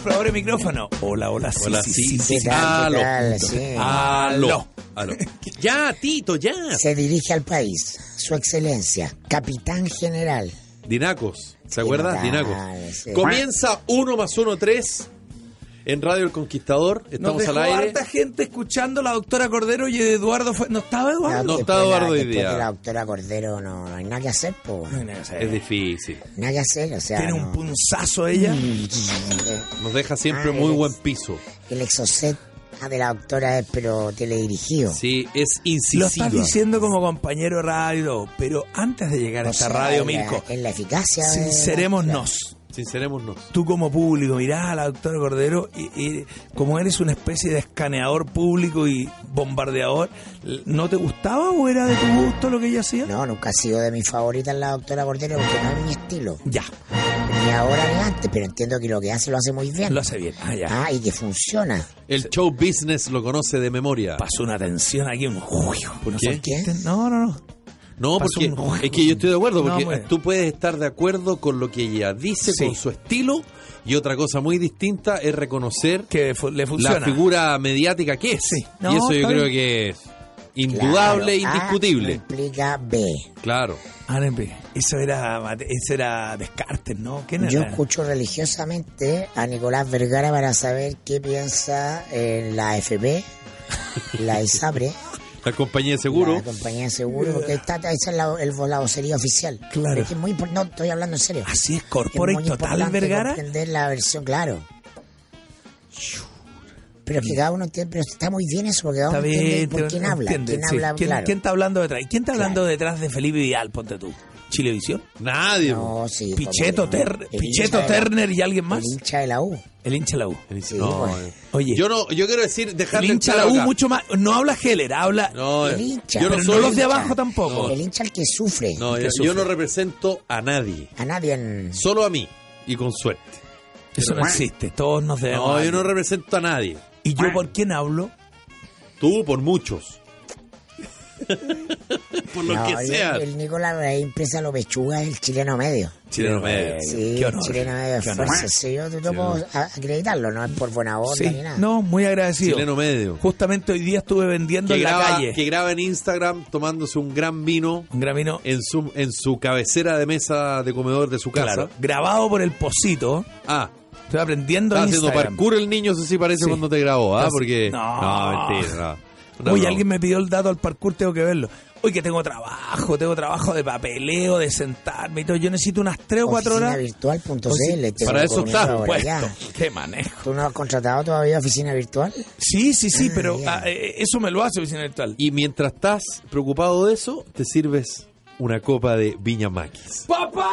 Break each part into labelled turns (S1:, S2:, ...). S1: Este abre micrófono. Hola, hola, sí,
S2: Hola,
S1: sí,
S2: sí, sí,
S1: sí, sí,
S2: sí.
S1: sí.
S2: Ah,
S3: tal? ¿Qué
S2: lo-
S3: tal? Sí.
S1: Ah.
S2: Aló.
S1: Eh, Aló.
S2: Aló. Ya, Tito, ya.
S3: Se dirige al país, su excelencia, capitán general.
S2: Dinacos. ¿Se acuerdas?
S3: Dinacos,
S2: Dinacos.
S3: sí.
S2: Comienza 1 más 1, 3 en Radio El Conquistador.
S1: Nos
S2: Estamos
S1: dejó
S2: al aire.
S1: harta gente escuchando la doctora Cordero y Eduardo fue... Ah, ¿No estaba Eduardo?
S2: No
S3: Ah, después
S2: está Eduardo
S3: la,
S2: hoy
S3: después
S2: día.
S3: de la doctora Cordero no, no hay nada que hacer, po,
S1: No hay
S3: weón.
S1: nada que hacer.
S2: Es difícil.
S3: Nada que hacer, o sea.
S1: Tiene
S3: no.
S1: un punzazo ella.
S2: Mm, Nos deja siempre
S3: Ah,
S2: muy
S3: es-
S2: buen piso.
S3: El exocet ah, de la doctora es, pero teledirigido.
S2: Sí, es
S1: Lo
S2: incisiva.
S1: estás diciendo como compañero radio, pero antes de llegar a
S3: O
S1: esta
S3: sea,
S1: radio,
S3: en la-
S1: Mirko,
S3: En la eficacia. de-
S1: sincerémonos.
S2: Sincerémonos.
S1: Tú como público mirás a la doctora Cordero y, y como eres una especie de escaneador público y bombardeador, ¿no te gustaba o era de tu gusto lo que ella hacía?
S3: No, nunca ha sido de mis favoritas la doctora Cordero porque no es mi estilo.
S1: Ya,
S3: Ni ahora ni antes, pero entiendo que lo que hace lo hace muy bien.
S1: lo hace bien. Ah, ya.
S3: Ah, y que funciona.
S2: El show business lo conoce de memoria.
S1: Pasó una tensión aquí, un uy, no
S2: qué?
S1: sé qué. No, no, no.
S2: No,
S1: Pasó
S2: porque
S1: un-
S2: es que yo estoy de acuerdo,
S1: No,
S2: porque
S1: hombre.
S2: tú puedes estar de acuerdo con lo que ella dice,
S1: Sí.
S2: con su estilo, y otra cosa muy distinta es reconocer
S1: Que fu- le funciona.
S2: la figura mediática que es.
S1: Sí.
S2: y
S1: No, Ah,
S2: eso yo
S1: está
S2: creo
S1: bien.
S2: que es indudable e
S3: Claro, A
S2: indiscutible.
S3: implica B.
S2: Claro.
S1: RNP. Ah, Eso era, mate- eso era Descartes, ¿no? ¿Quién era?
S3: Yo escucho religiosamente a Nicolás Vergara para saber qué piensa eh, la FP, la ISAPRE,
S2: La compañía de seguro.
S3: la compañía de seguro, porque está, esa es la, el, la vocería oficial.
S1: Claro. ¿Ah,
S3: Es que es muy impor- no, estoy hablando en serio.
S1: Así es,
S3: Es muy
S1: Corpora y Total
S3: importante
S1: Vergara.
S3: comprender la versión, claro. Pero es que cada uno entiende, pero está muy bien eso, porque cada uno
S1: Está bien,
S3: entiende por
S1: te-
S3: quién habla.
S1: entiende,
S3: quién
S1: sí.
S3: habla,
S1: ¿Quién-
S3: claro.
S1: quién está hablando detrás? ¿Y quién está hablando detrás de Felipe Vidal, ponte tú? ¿Chilevisión?
S2: Nadie.
S3: No, sí, pues,
S1: Picheto,
S3: bueno,
S1: Ter-
S3: el
S1: Picheto
S3: hincha de la-
S1: Terner y alguien más.
S3: El hincha de la U.
S1: El hincha de la U.
S3: Sí,
S2: No,
S1: eh,
S3: bueno.
S1: Oye,
S2: Yo no, yo quiero decir, dejar
S1: el hincha de la U mucho más. No habla Heller, habla.
S2: No, eh,
S3: El hincha.
S2: yo no
S1: pero no
S2: soy-
S1: los de
S3: hincha.
S1: abajo tampoco.
S3: El hincha el que sufre.
S2: No, eh, yo,
S1: que
S2: yo
S1: sufre. Mm.
S2: no represento a nadie,
S3: A nadie en...
S2: solo a mí y con suerte.
S1: Eso no existe. Todos nos debemos.
S2: No,
S1: a
S2: yo no
S1: alguien.
S2: represento a nadie.
S1: ¿Y yo por quién hablo?
S2: Tú por muchos. por lo
S3: No,
S2: que
S3: el-
S2: sea.
S3: El, Nicolás Raín presa lo pechuga es el chileno medio.
S2: Chileno medio.
S3: Sí,
S1: Eh, Qué
S3: el
S1: honor.
S3: chileno medio es
S1: Qué honor.
S3: fuerza. Sí, yo no puedo a- acreditarlo, no es por buena onda
S1: Sí,
S3: ni nada.
S1: no, muy agradecido.
S2: Chileno medio.
S1: Justamente hoy día estuve vendiendo
S2: Que
S1: en la
S2: graba,
S1: calle.
S2: que graba en Instagram tomándose un gran vino
S1: Un gramino.
S2: en su, en su cabecera de mesa de comedor de su casa.
S1: Claro, grabado por el Posito.
S2: Ah,
S1: Estoy aprendiendo
S2: está haciendo
S1: Instagram.
S2: parkour el niño, eso sí parece
S1: Sí.
S2: cuando te grabó, ¿ah?
S1: Estás-
S2: Porque. No,
S1: No.
S2: mentira, no.
S1: Uy,
S2: No,
S1: alguien me pidió el dato al parkour, tengo que verlo. Uy, que tengo trabajo, tengo trabajo de papeleo, de sentarme y todo. Yo necesito unas 3 o 4 horas.
S3: Oficinavirtual.cl. te
S2: Para
S3: lo
S2: eso
S3: recomiendo
S2: está,
S3: ahora,
S1: Puesto.
S3: ya.
S1: Qué manejo.
S3: ¿Tú no has contratado todavía oficina virtual?
S1: Sí, sí, sí,
S3: Ah,
S1: pero
S3: ya.
S1: ah, eh, eso me lo hace Vicente Virtual.
S2: Y mientras estás preocupado de eso, te sirves una copa de Viña Maquis.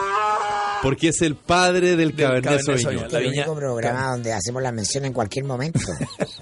S1: ¡Papá!
S2: Porque es el padre del, Cabernet
S1: Cabernet
S2: Sauvignon.
S1: Sauvignon. La
S3: El
S1: viña-
S3: único programa donde hacemos la mención en cualquier momento.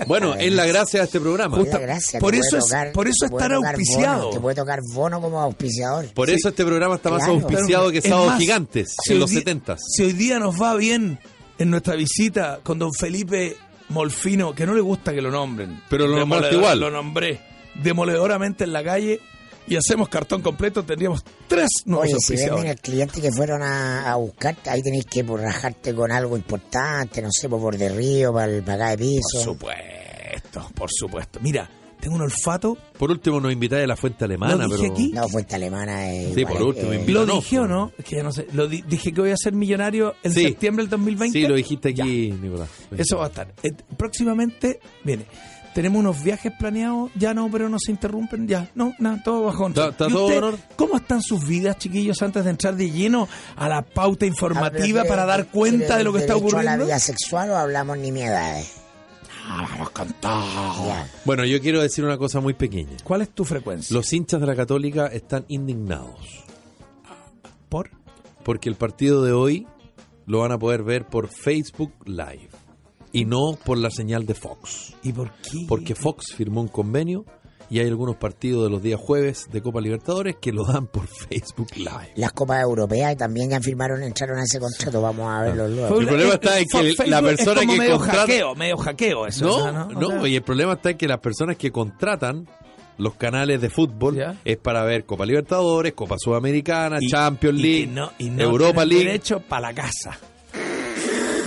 S2: Bueno, es la gracia de este programa.
S3: Justa-
S1: Justa-
S3: gracia,
S1: por
S3: te
S1: eso
S3: puede
S1: es-
S3: tocar-
S1: por eso
S3: te
S1: es
S3: puede
S1: tan
S3: tocar
S1: auspiciado.
S3: bono, te puede tocar bono como auspiciador.
S2: Por eso este programa está más
S3: Claro.
S2: auspiciado que
S1: Es
S2: Sábados
S1: más,
S2: Gigantes
S1: si
S2: en
S1: hoy
S2: los
S1: di-
S2: 70
S1: Si hoy día nos va bien en nuestra visita con don Felipe Molfino, que no le gusta que lo nombren.
S2: Pero lo nombraste
S1: Demoledor-
S2: igual.
S1: Lo nombré demoledoramente en la calle y hacemos cartón completo, tendríamos tres nuevos
S3: Oye, si venden
S1: auspiciadores.
S3: el cliente que fueron a, a buscar, ahí tenéis que por rajarte con algo importante, no sé, pues, por borde río, para el acá de
S1: Por
S3: piso.
S1: supuesto, por supuesto. Mira, tengo un olfato.
S2: Por último, nos invitáis a la fuente alemana,
S1: ¿Lo dije
S2: pero.
S1: aquí?
S3: No, fuente alemana. eh,
S2: Sí,
S3: igual,
S2: por último,
S3: eh,
S2: invita-
S1: Lo
S2: No,
S1: dije o
S2: pues.
S1: no, es que ya no sé. Lo di- dije que voy a ser millonario en
S2: Sí.
S1: septiembre del 2020.
S2: Sí, lo dijiste aquí, Nicolás.
S1: Eso va a estar. Eh, próximamente, viene. Tenemos unos viajes planeados, ya no, pero no se interrumpen, ya. No, nada, todo bajo control.
S2: ¿Está- está
S1: ¿Y
S2: todo
S1: usted,
S2: en orden?
S1: ¿Cómo están sus vidas, chiquillos, antes de entrar de lleno a la pauta
S3: Ah, pero
S1: informativa
S3: ¿quiere-
S1: para dar cuenta
S3: quiere
S1: de lo que está
S3: derecho a la
S1: ocurriendo?
S3: vida sexual o hablamos nimiedades?
S1: Ah, vamos con todo.
S3: Ya.
S2: Bueno, yo quiero decir una cosa muy pequeña.
S1: ¿Cuál es tu frecuencia?
S2: Los hinchas de la Católica están indignados
S1: ¿Por?
S2: porque el partido de hoy lo van a poder ver por Facebook Live y no por la señal de Fox.
S1: ¿Y por qué?
S2: Porque Fox firmó un convenio y hay algunos partidos de los días jueves de Copa Libertadores que lo dan por Facebook Live.
S3: Las copas europeas también ya firmaron, entraron a ese contrato, vamos a verlo
S1: Fue
S3: luego.
S2: El
S1: una-
S2: problema
S1: eh,
S2: está en que
S1: Fa-
S2: la
S1: Facebook
S2: persona
S1: es como
S2: que
S1: medio
S2: contrata-
S1: hackeo, medio hackeo eso.
S2: No,
S1: ¿no?
S2: no,
S1: O sea,
S2: y el problema está en que las personas que contratan los canales de fútbol
S1: Ya.
S2: es para ver Copa Libertadores, Copa Sudamericana,
S1: y-
S2: Champions
S1: y
S2: League,
S1: que no- y no
S2: Europa
S1: tienen
S2: League.
S1: derecho para la casa.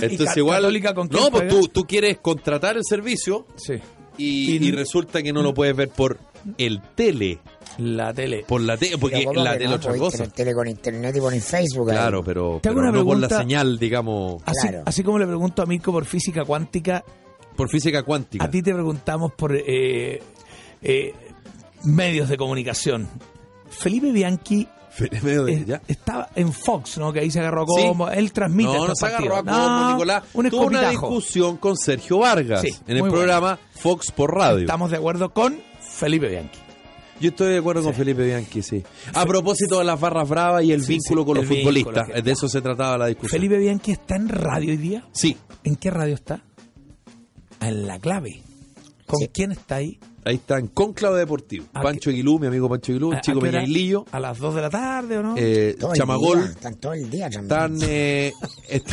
S2: Entonces igual...
S1: Católica con
S2: no,
S1: quién
S2: pues
S1: pagar?
S2: tú, tú quieres contratar el servicio
S1: Sí.
S2: y,
S1: Y-
S2: y resulta que no lo puedes ver por el tele.
S1: La tele.
S2: Por la tele, porque
S3: Pero ¿cómo
S2: la
S3: que
S2: tele
S3: no?
S2: otra
S3: Podéis
S2: cosa.
S3: tener tele con internet y poner Facebook. ahí.
S2: Claro, pero,
S1: Te hago
S2: pero
S1: una
S2: no por la
S1: pregunta.
S2: señal, digamos,
S1: Así,
S3: Claro.
S1: así como le pregunto a Mirko por física cuántica,
S2: por física cuántica.
S1: a ti te preguntamos por eh, eh, medios de comunicación. Felipe Bianchi
S2: Medio de-
S1: es-
S2: ya.
S1: estaba en Fox, ¿no? Que ahí se agarró
S2: Sí.
S1: como. Él transmite.
S2: No, no
S1: estos
S2: se agarró a
S1: partidos.
S2: combo,
S1: No,
S2: Nicolás.
S1: Un
S2: Tuvo una
S1: escopitajo.
S2: discusión con Sergio Vargas
S1: Sí,
S2: en el
S1: muy
S2: programa Fox por Radio.
S1: Estamos de acuerdo con Felipe Bianchi.
S2: Yo estoy de acuerdo con Felipe Bianchi, sí. A propósito de las barras bravas y el
S1: Sí,
S2: vínculo
S1: sí,
S2: con
S1: el
S2: los
S1: vínculo,
S2: futbolistas,
S1: que-
S2: de eso se trataba la discusión.
S1: Felipe Bianchi está en radio hoy día.
S2: Sí,
S1: ¿En qué radio está? En la clave. ¿Con
S3: Sí.
S1: quién está ahí?
S2: ahí está en Cónclave Deportivo.
S1: Ah,
S2: Pancho Aguilú, mi amigo Pancho Aguilú,
S1: ¿A-
S2: el chico
S1: a qué hora?
S2: Peñailillo,
S1: ¿A las 2 de la tarde o no?
S2: eh,
S3: Todo el día,
S2: Chamagol,
S3: Están todo el día
S2: están,
S3: transmitiendo.
S2: eh, est-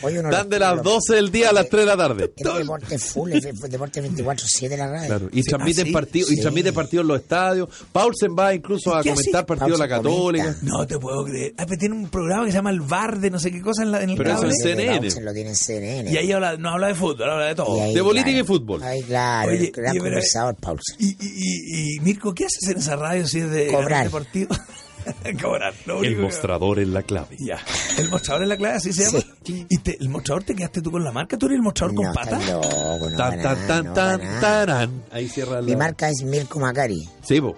S3: Hoy uno
S2: están
S3: los-
S2: de las
S3: los-
S2: 12 del día a las 3 de la tarde.
S3: Es deporte full, es es deporte 24-7 la radio.
S2: Claro, y
S1: Sí,
S2: transmiten
S1: ah, sí,
S2: partidos, y
S3: sí.
S2: transmiten partidos en los estadios. Paulsen va incluso a
S1: ¿Qué hace?
S2: comentar partidos de la
S3: Paulsen comenta.
S2: Católica.
S1: No te puedo creer. Ah, pero tiene un programa que se llama El Bar de no sé qué cosa en, la, en el
S2: Pero eso
S1: cable.
S2: es en CNN.
S3: Bautzen Lo tienen en CNN.
S1: Y ahí habla, no habla de fútbol, habla de todo.
S3: Y ahí,
S2: de política y fútbol.
S3: Ahí, claro,
S1: Oye,
S3: el gran
S1: y- pero-
S3: conversador, Paulsen.
S1: Y, y, y- y, Mirko, ¿qué haces en esa radio si es de
S3: Cobrar.
S1: deportivo? Cobrar. lo único que-
S2: es la clave.
S1: Ya. El mostrador en la clave, así se llama. ¿Y te- el mostrador te quedaste tú con la marca? ¿Tú eres el mostrador
S3: No,
S1: con pata?
S3: estás loco,
S2: Tan,
S3: no
S2: tan,
S3: para nada,
S2: tan,
S3: no
S2: tan,
S3: para nada.
S2: tarán. Ahí cierra
S3: Mi
S2: la.
S3: marca es Mirko Macari.
S2: Sí, po.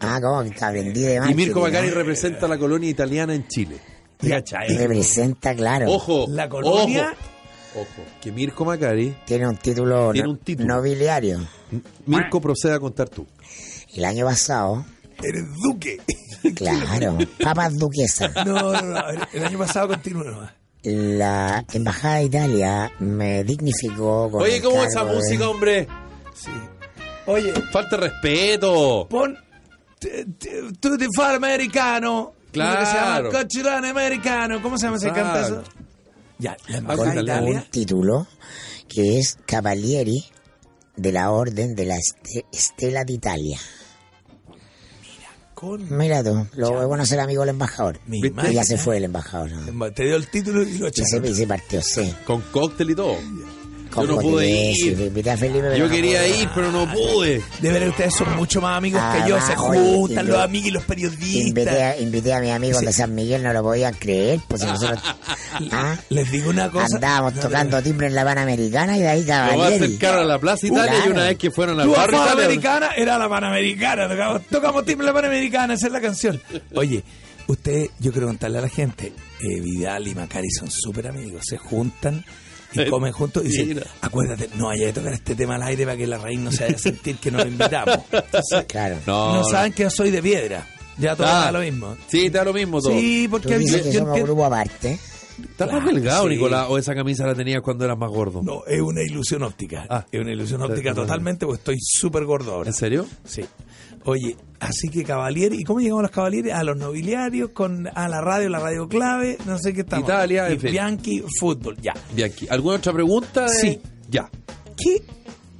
S3: Ah, cómo que está vendí de
S2: Y
S3: marketing,
S2: Mirko Macari
S3: ¿no?
S2: representa la colonia italiana en Chile. ¿Te cachai?
S3: representa, claro.
S2: Ojo.
S1: La colonia.
S2: Eh, oh, Ojo. Ojo. Que Mirko Macari.
S3: Tiene un título,
S2: Tiene
S3: no-
S2: un título.
S3: nobiliario.
S2: Mirko procede a contar tú.
S3: El año pasado,
S1: Eres duque.
S3: claro, Papa Duquesa,
S1: No, no, no. El, el año pasado continuó nomás.
S3: la Embajada de Italia me dignificó con
S2: Oye,
S3: el
S2: ¿cómo esa
S3: cargo de-
S2: música, hombre?
S1: Sí. Oye,
S2: Falta de respeto.
S1: pon. t- t- Tutti Far americano.
S2: Claro.
S1: Lo que se llama Cochirane americano. ¿Cómo se llama? ¿Se
S2: Claro.
S1: canta eso? Ya, la
S2: Ah,
S1: embajada de
S2: con la-
S1: Italia.
S3: un título que es Cavalieri de la Orden de la Este- Estela de Italia.
S1: Con
S3: Mira tú, lo bueno ser amigo del embajador.
S1: mi
S2: ¿Viste?
S1: madre.
S3: Y ya se fue el embajador. ¿no?
S1: Te dio el título y lo
S3: Y se,
S1: echaron.
S3: y se partió, sí.
S2: Con cóctel y todo. Yo no
S3: Como
S2: pude
S3: que- sí, te
S2: ir.
S3: invité a Felipe, pero
S2: Yo
S3: no
S2: quería
S3: pude.
S2: ir, pero no pude.
S1: De ver, ustedes son mucho más amigos que yo. Se
S3: Ah, oye,
S1: juntan
S3: y
S1: los
S3: yo-
S1: amigos y los
S3: Invité
S1: periodistas.
S3: a, invité a mi amigo de San Miguel, no lo podían creer, pues si nosotros ah,
S1: Les digo una cosa.
S3: andábamos tocando timbre en la Panamericana y de ahí
S1: Ah,
S2: Lo va a
S3: Cavalieri.
S2: acercar a la
S1: Uh,
S2: Plaza Italia y
S3: Claro.
S2: una vez que fueron al
S1: Tu
S2: barrio
S1: afán
S2: Italia-
S1: americana era la panamericana. Tocamos, tocamos timbre la panamericana, esa es la canción. Oye, usted, yo quiero contarle a la gente: eh, Vidal y Macari son súper amigos. Se juntan y
S2: Eh,
S1: comen juntos. Y dicen:
S2: mira.
S1: Acuérdate, no haya que tocar este tema al aire para que la raíz no se haya sentir que nos invitamos. Entonces,
S3: Claro.
S2: No,
S1: no,
S2: no.
S1: saben que yo soy de piedra. Ya todo
S2: Ah.
S1: da lo mismo.
S2: Sí, está lo mismo todo.
S1: Sí,
S3: Tú
S1: porque
S3: dices
S1: yo-
S3: que
S1: yo
S3: somos
S1: entiendo-
S3: grupo aparte.
S2: Está
S1: Claro,
S2: más delgado,
S1: sí.
S2: Nicolás. O esa camisa la tenías cuando eras más gordo.
S1: No, es una ilusión óptica.
S2: Ah.
S1: es una ilusión óptica
S2: Perdón.
S1: totalmente, porque estoy súper gordo ahora.
S2: ¿En serio?
S1: Sí. Oye, así que Cavalieri, ¿y cómo llegamos a los Cavalieri? A los nobiliarios, con, a la radio, la radio clave, no sé qué estamos.
S2: Italia,
S1: y
S2: en fin.
S1: Bianchi, fútbol, ya.
S2: Bianchi. ¿Alguna otra pregunta? de-
S1: Sí.
S2: Ya.
S1: ¿Qué,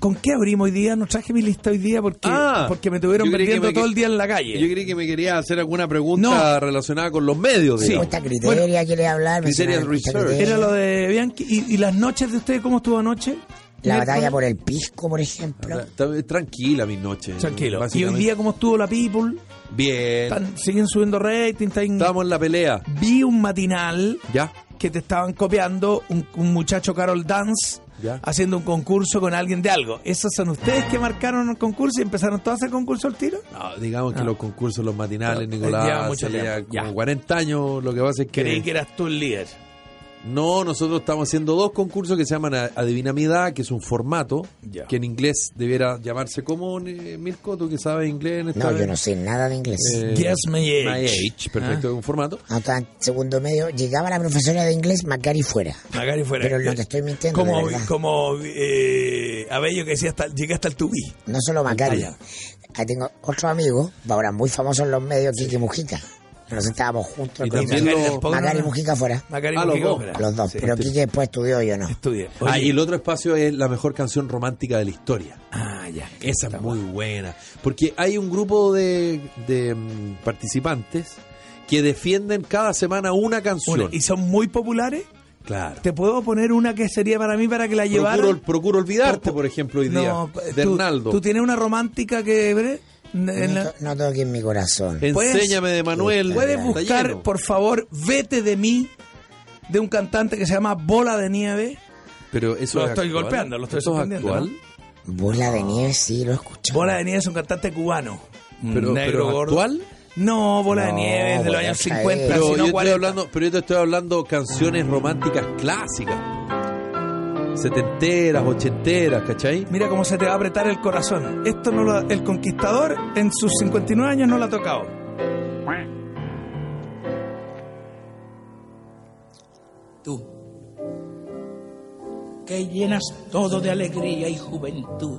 S1: ¿Con qué abrimos hoy día? No traje mi lista hoy día porque,
S2: Ah,
S1: porque me tuvieron
S2: yo creí que
S1: vendiendo
S2: me-
S1: todo el día en la calle.
S2: Yo creí que me quería hacer alguna pregunta relacionada con los medios,
S1: Sí.
S2: digamos.
S3: Esta criteria quiere hablar.
S2: Criteria
S3: mencionar esta
S2: Research.
S1: Era lo de Bianchi. ¿Y, y las noches de ustedes cómo estuvo anoche?
S3: La
S1: Miércoles.
S3: batalla por el pisco, por ejemplo.
S2: Está- está tranquila mis noches.
S1: Tranquilo. ¿Y hoy
S2: básicamente.
S1: día cómo estuvo la People?
S2: Bien.
S1: Están- ¿Siguen subiendo rating? están-
S2: Estábamos en la pelea.
S1: Vi un matinal
S2: Ya.
S1: que te estaban copiando un, un muchacho Carol Dance
S2: Ya.
S1: haciendo un concurso con alguien de algo. ¿Esos son ustedes que marcaron el concurso y empezaron todos a hacer concurso al tiro?
S2: No, digamos que
S1: No.
S2: los concursos, los matinales,
S1: No,
S2: Nicolás,
S1: lleva mucho
S2: hace ya
S1: tiempo. Ah. eh, Ya.
S2: como 40 años. Lo que pasa es que.
S1: Creí que eras tú el líder.
S2: No, nosotros estamos haciendo dos concursos que se llaman A- Adivina mi edad, que es un formato
S1: Ya.
S2: que en inglés debiera llamarse como eh, Mirko, tú que sabes inglés en esta
S3: No,
S2: vez?
S3: yo no sé nada de inglés.
S2: Eh,
S1: Guess my age. Ah.
S2: My age, perfecto, es un formato.
S3: No, estaba en segundo medio. Llegaba la profesora de inglés, Macari fuera.
S1: Magari Ah. fuera.
S3: Pero no te estoy mintiendo,
S1: Como,
S3: de verdad.
S1: como eh, Abello que decía, hasta, llegué hasta el tubí.
S3: No solo Macari.
S1: Ah,
S3: Ahí tengo otro amigo, ahora muy famoso en los medios, Kiki Mujica. Nos estábamos juntos.
S2: Y
S3: en el programa.
S2: también lo-
S1: tampoco
S3: Macari y
S1: no-
S3: Mujica fuera.
S1: Magari
S2: Ah, los
S1: Mujica
S2: dos.
S1: fuera.
S3: Los dos.
S1: Sí.
S3: pero Kiki después estudió, yo no.
S1: Estudié. Oye,
S2: Ah, y el otro espacio es la mejor canción romántica de la historia.
S1: Ah, ya.
S2: Esa es muy buena. Porque hay un grupo de, de, mm, participantes que defienden cada semana una canción.
S1: Una- y son muy populares.
S2: claro.
S1: ¿Te puedo poner una que sería para mí para que la llevara?
S2: procuro, procuro olvidarte, por ejemplo, hoy día.
S1: No, pa-
S2: de
S1: tú-
S2: Hernaldo.
S1: ¿Tú tienes una romántica que... ¿eh? En la-
S3: No, to- no toques mi corazón.
S1: puedes-
S2: Enséñame de Manuel.
S1: Puedes
S2: Está
S1: buscar,
S2: lleno.
S1: por favor, Vete de mí, de un cantante que se llama Bola de Nieve.
S2: Pero eso
S1: Lo
S2: es
S1: estoy
S2: actual.
S1: golpeando, lo estoy
S2: ¿Eso es
S1: sorprendiendo,
S2: actual?
S3: Bola de nieve, sí, lo he escuchado.
S1: Ah. Bola de Nieve es un cantante cubano. Un
S2: Pero- pero ¿actual?
S1: No, Bola de
S3: No,
S1: Nieve es de los
S3: Bola
S1: años
S3: de Nieve.
S1: 50,
S2: Pero, yo
S1: si no Ah.
S2: estoy
S1: 40.
S2: hablando, pero yo te estoy hablando canciones románticas clásicas. Setenteras, ochenteras, ¿cachai?
S1: Mira cómo se te va a apretar el corazón. Esto no lo, el conquistador en sus 59 años no lo ha tocado.
S4: tú, que llenas todo de alegría y juventud.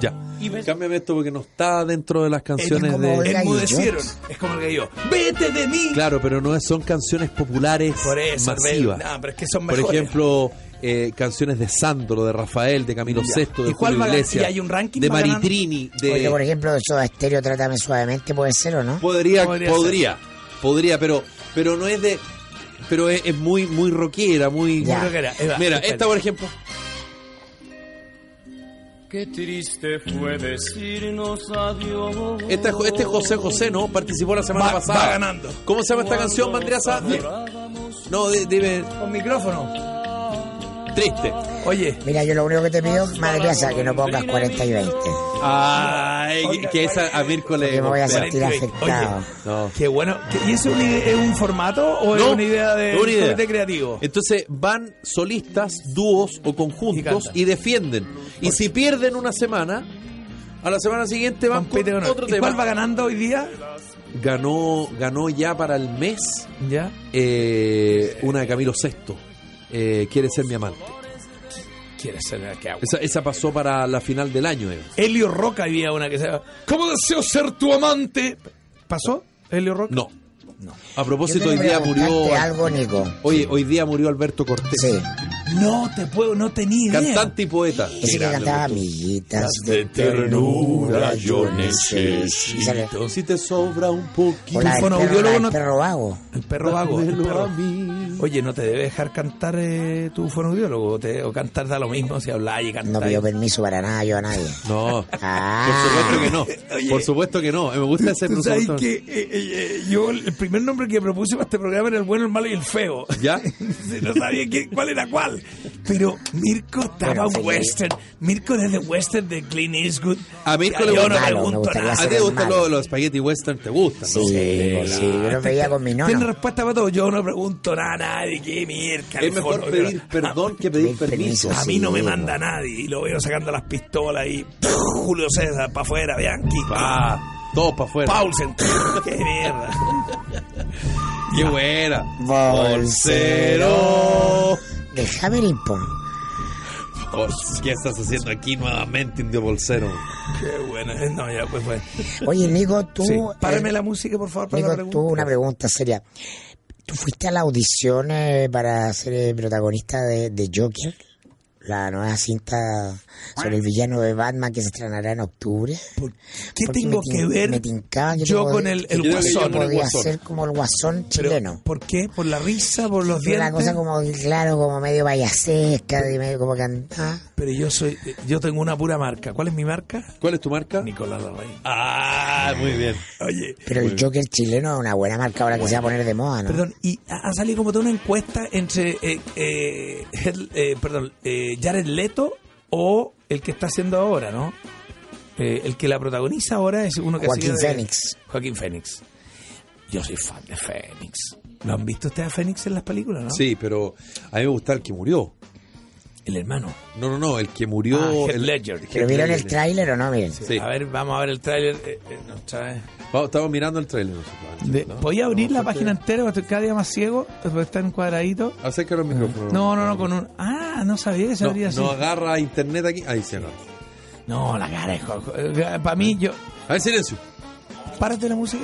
S2: Ya.
S4: Y ves-
S2: Cámbiame esto porque no está dentro de las canciones
S3: como
S2: de...
S3: el- Oiga,
S1: Enmudecieron.
S3: ¿y yo?
S1: Es como el que yo. Vete de mí.
S2: Claro, pero no es- son canciones populares
S1: Por eso,
S2: masivas.
S1: Arbel, no, pero es que son
S2: Por
S1: mejores.
S2: ejemplo, eh, canciones de Sandro, de Rafael, de Camilo
S1: Ya.
S2: VI, de
S1: ¿Y cuál
S2: Julio
S1: va gan-
S2: Iglesias,
S1: y hay un ranking
S2: de
S1: va ganando?
S2: Maritrini,
S3: Porque, por
S2: de...
S3: ejemplo, eso de estéreo, trátame suavemente, puede ser o no.
S2: Podría,
S1: Podría
S2: podría,
S1: ser.
S2: podría, pero, pero no es de... Pero es, es muy, muy rockera, muy...
S3: Ya.
S1: Creo que era, Eva,
S2: Mira,
S1: espera.
S2: esta por ejemplo.
S5: Qué triste fue decirnos adiós.
S2: Esta, es- este es José José, ¿no? Participó la semana
S1: Va- va
S2: pasada.
S1: ganando.
S2: ¿Cómo se llama esta canción, Mandriaza? Di- No, di- dime.
S1: Con micrófono.
S2: Triste.
S1: Oye.
S3: Mira, yo lo único que te pido, madre casa, que no pongas 40 y 20.
S2: Ay, que- que esa a Mirko le.
S3: Porque me voy a
S2: golpea.
S3: sentir afectado.
S2: No.
S1: Qué bueno. ¿Qué- ¿Y eso es, una ide- es un formato o es
S2: No,
S1: una idea de
S2: es una idea. Este
S1: comité creativo?
S2: Entonces van solistas, dúos o conjuntos
S1: cantan.
S2: y, defienden. Y si pierden una semana, a la semana siguiente van
S1: Compite
S2: con
S1: con
S2: otro
S1: ¿Y
S2: tema.
S1: cuál va ganando hoy día?
S2: ganó, ganó ya para el mes
S1: Ya.
S2: eh, una de Camilo VI. eh, quiere ser mi amante.
S1: Quiere ser la que hago.
S2: Esa, esa pasó para la final del año. eh.
S1: Helio Roca había una que se llama ¿Cómo deseo ser tu amante? ¿Pasó? Helio Roca.
S2: No. A
S3: Yo
S2: propósito,
S3: quiero
S2: hoy día
S3: preguntarte
S2: murió.
S3: algo, Nico.
S2: Oye, hoy día murió Alberto Cortés.
S3: Sí.
S1: No te puedo, no tenía idea.
S2: Cantante y poeta.
S3: Ese que
S2: Grande,
S3: cantaba
S2: Alberto.
S3: amiguitas
S2: de ternura yo
S3: Y sale,
S2: Entonces, Si te sobra un
S3: o
S2: poquito.
S3: la del perro, la
S1: fonoaudiólogo
S3: del
S1: no-
S3: perro vago.
S1: El perro vago. el
S2: dámelo
S1: perro.
S2: a mí.
S1: Oye, no te debe dejar cantar eh, tu fonoaudiólogo. te- o cantar da lo mismo si habláis y
S3: No
S1: cantáis.
S3: pidió permiso para nada yo a nadie.
S2: No.
S3: Ah.
S2: Por supuesto que no.
S1: Oye.
S2: Por supuesto que no. Me gusta ese
S1: Tú sabes
S2: presupuesto.
S1: que eh, eh, eh, yo el primer nombre que propuse para este programa era el bueno, el malo y el feo.
S2: ¿Ya?
S1: no sabía quién- cuál era cuál. Pero Mirko estaba
S3: Bueno, sí.
S1: western. Mirko desde western de Clint Eastwood.
S2: A Mirko
S1: Ya,
S2: le
S1: yo no
S2: gusta.
S3: Me
S1: pregunto
S3: gustaría
S1: nada.
S2: A ti te
S3: ser
S2: gustan
S3: malo.
S2: los, los spaghetti western, te gustan,
S3: Sí,
S2: ¿no?
S3: sí, yo lo veía con mi
S1: Tiene
S3: nono.
S1: respuesta para todo. Yo no pregunto nada a nadie. ¿Qué Mirko?
S2: Es mejor pedir perdón que pedir
S3: Pedir permiso.
S2: permiso.
S1: A mí no me
S3: Sí,
S1: manda nadie. Y lo veo sacando las pistolas y Julio César para afuera, Bianchi.
S2: Ah, todos para afuera.
S1: Paulsen. ¡Qué mierda!
S2: ¡Qué buena!
S3: Bolsero.
S2: ¡Bolsero!
S3: De Hammerington.
S2: Bols- ¿Qué estás haciendo aquí nuevamente, Indio Bolsero?
S1: ¡Qué buena! No, ya pues fue.
S3: Oye, Nico, tú.
S1: Sí. Párame
S3: eh,
S1: la música, por favor, para
S3: Nico,
S1: la
S3: tú,
S1: pregunta.
S3: una pregunta seria. ¿Tú fuiste a la audición eh, para ser eh, protagonista de, de Joker? La nueva cinta sobre el villano de Batman que se estrenará en octubre.
S1: ¿Por ¿Qué
S3: Porque
S1: tengo
S3: me tin-
S1: que ver
S3: me tincaba que
S1: yo
S3: tú pod-
S1: con el,
S3: que
S1: el
S3: tú
S2: Yo creo que
S1: guasón?
S2: yo con el
S3: podías
S2: guasón.
S3: ser como el guasón
S1: Pero,
S3: chileno.
S1: ¿Por qué? ¿Por la risa? ¿Por los
S3: Fue
S1: dientes?
S3: una cosa como, claro, como medio payasesca, de medio como que andaba.
S1: Pero yo soy, yo tengo una pura marca. ¿Cuál es mi marca?
S2: ¿Cuál es tu marca?
S1: Nicolás Larraín.
S2: Ah, muy bien.
S1: Oye,
S3: Pero el Joker chileno es una buena marca ahora que se va a poner de moda, ¿no?
S1: Perdón, y ha ha salido como toda una encuesta entre, eh, eh, Head- eh, perdón, eh, Jared Leto o el que está haciendo ahora, ¿no? Eh, el que la protagoniza ahora es uno que
S3: Joaquín
S1: ha sido de-
S3: Phoenix.
S1: Joaquín Fénix. Yo soy fan de Fénix. ¿Lo han visto ustedes a Fénix en las películas, no?
S2: Sí, pero a mí me gusta el que murió.
S1: El hermano.
S2: No, no, no, el que murió.
S1: Ah, Heath
S2: Oh, el-
S1: Ledger.
S2: Heath
S3: ¿Pero vieron el
S2: Ledger.
S3: tráiler o no? Miren.
S2: Sí.
S1: A ver, vamos a ver el tráiler. eh, eh, no, ¿sabes?
S2: Vamos, estamos mirando el trailer. nosotros.
S1: De-
S2: ¿no?
S1: ¿Podía abrir
S2: No,
S1: la
S2: porque-
S1: página entera? Porque estoy cada día más ciego. porque Está en cuadradito.
S2: Acerca los micrófonos.
S1: No, no, no, con un... Ah, no sabía que se
S2: No,
S1: abría así.
S2: no agarra internet aquí. Ahí se agarra.
S1: No, la cara es Para mí, yo.
S2: A ver, silencio.
S1: Párate la música.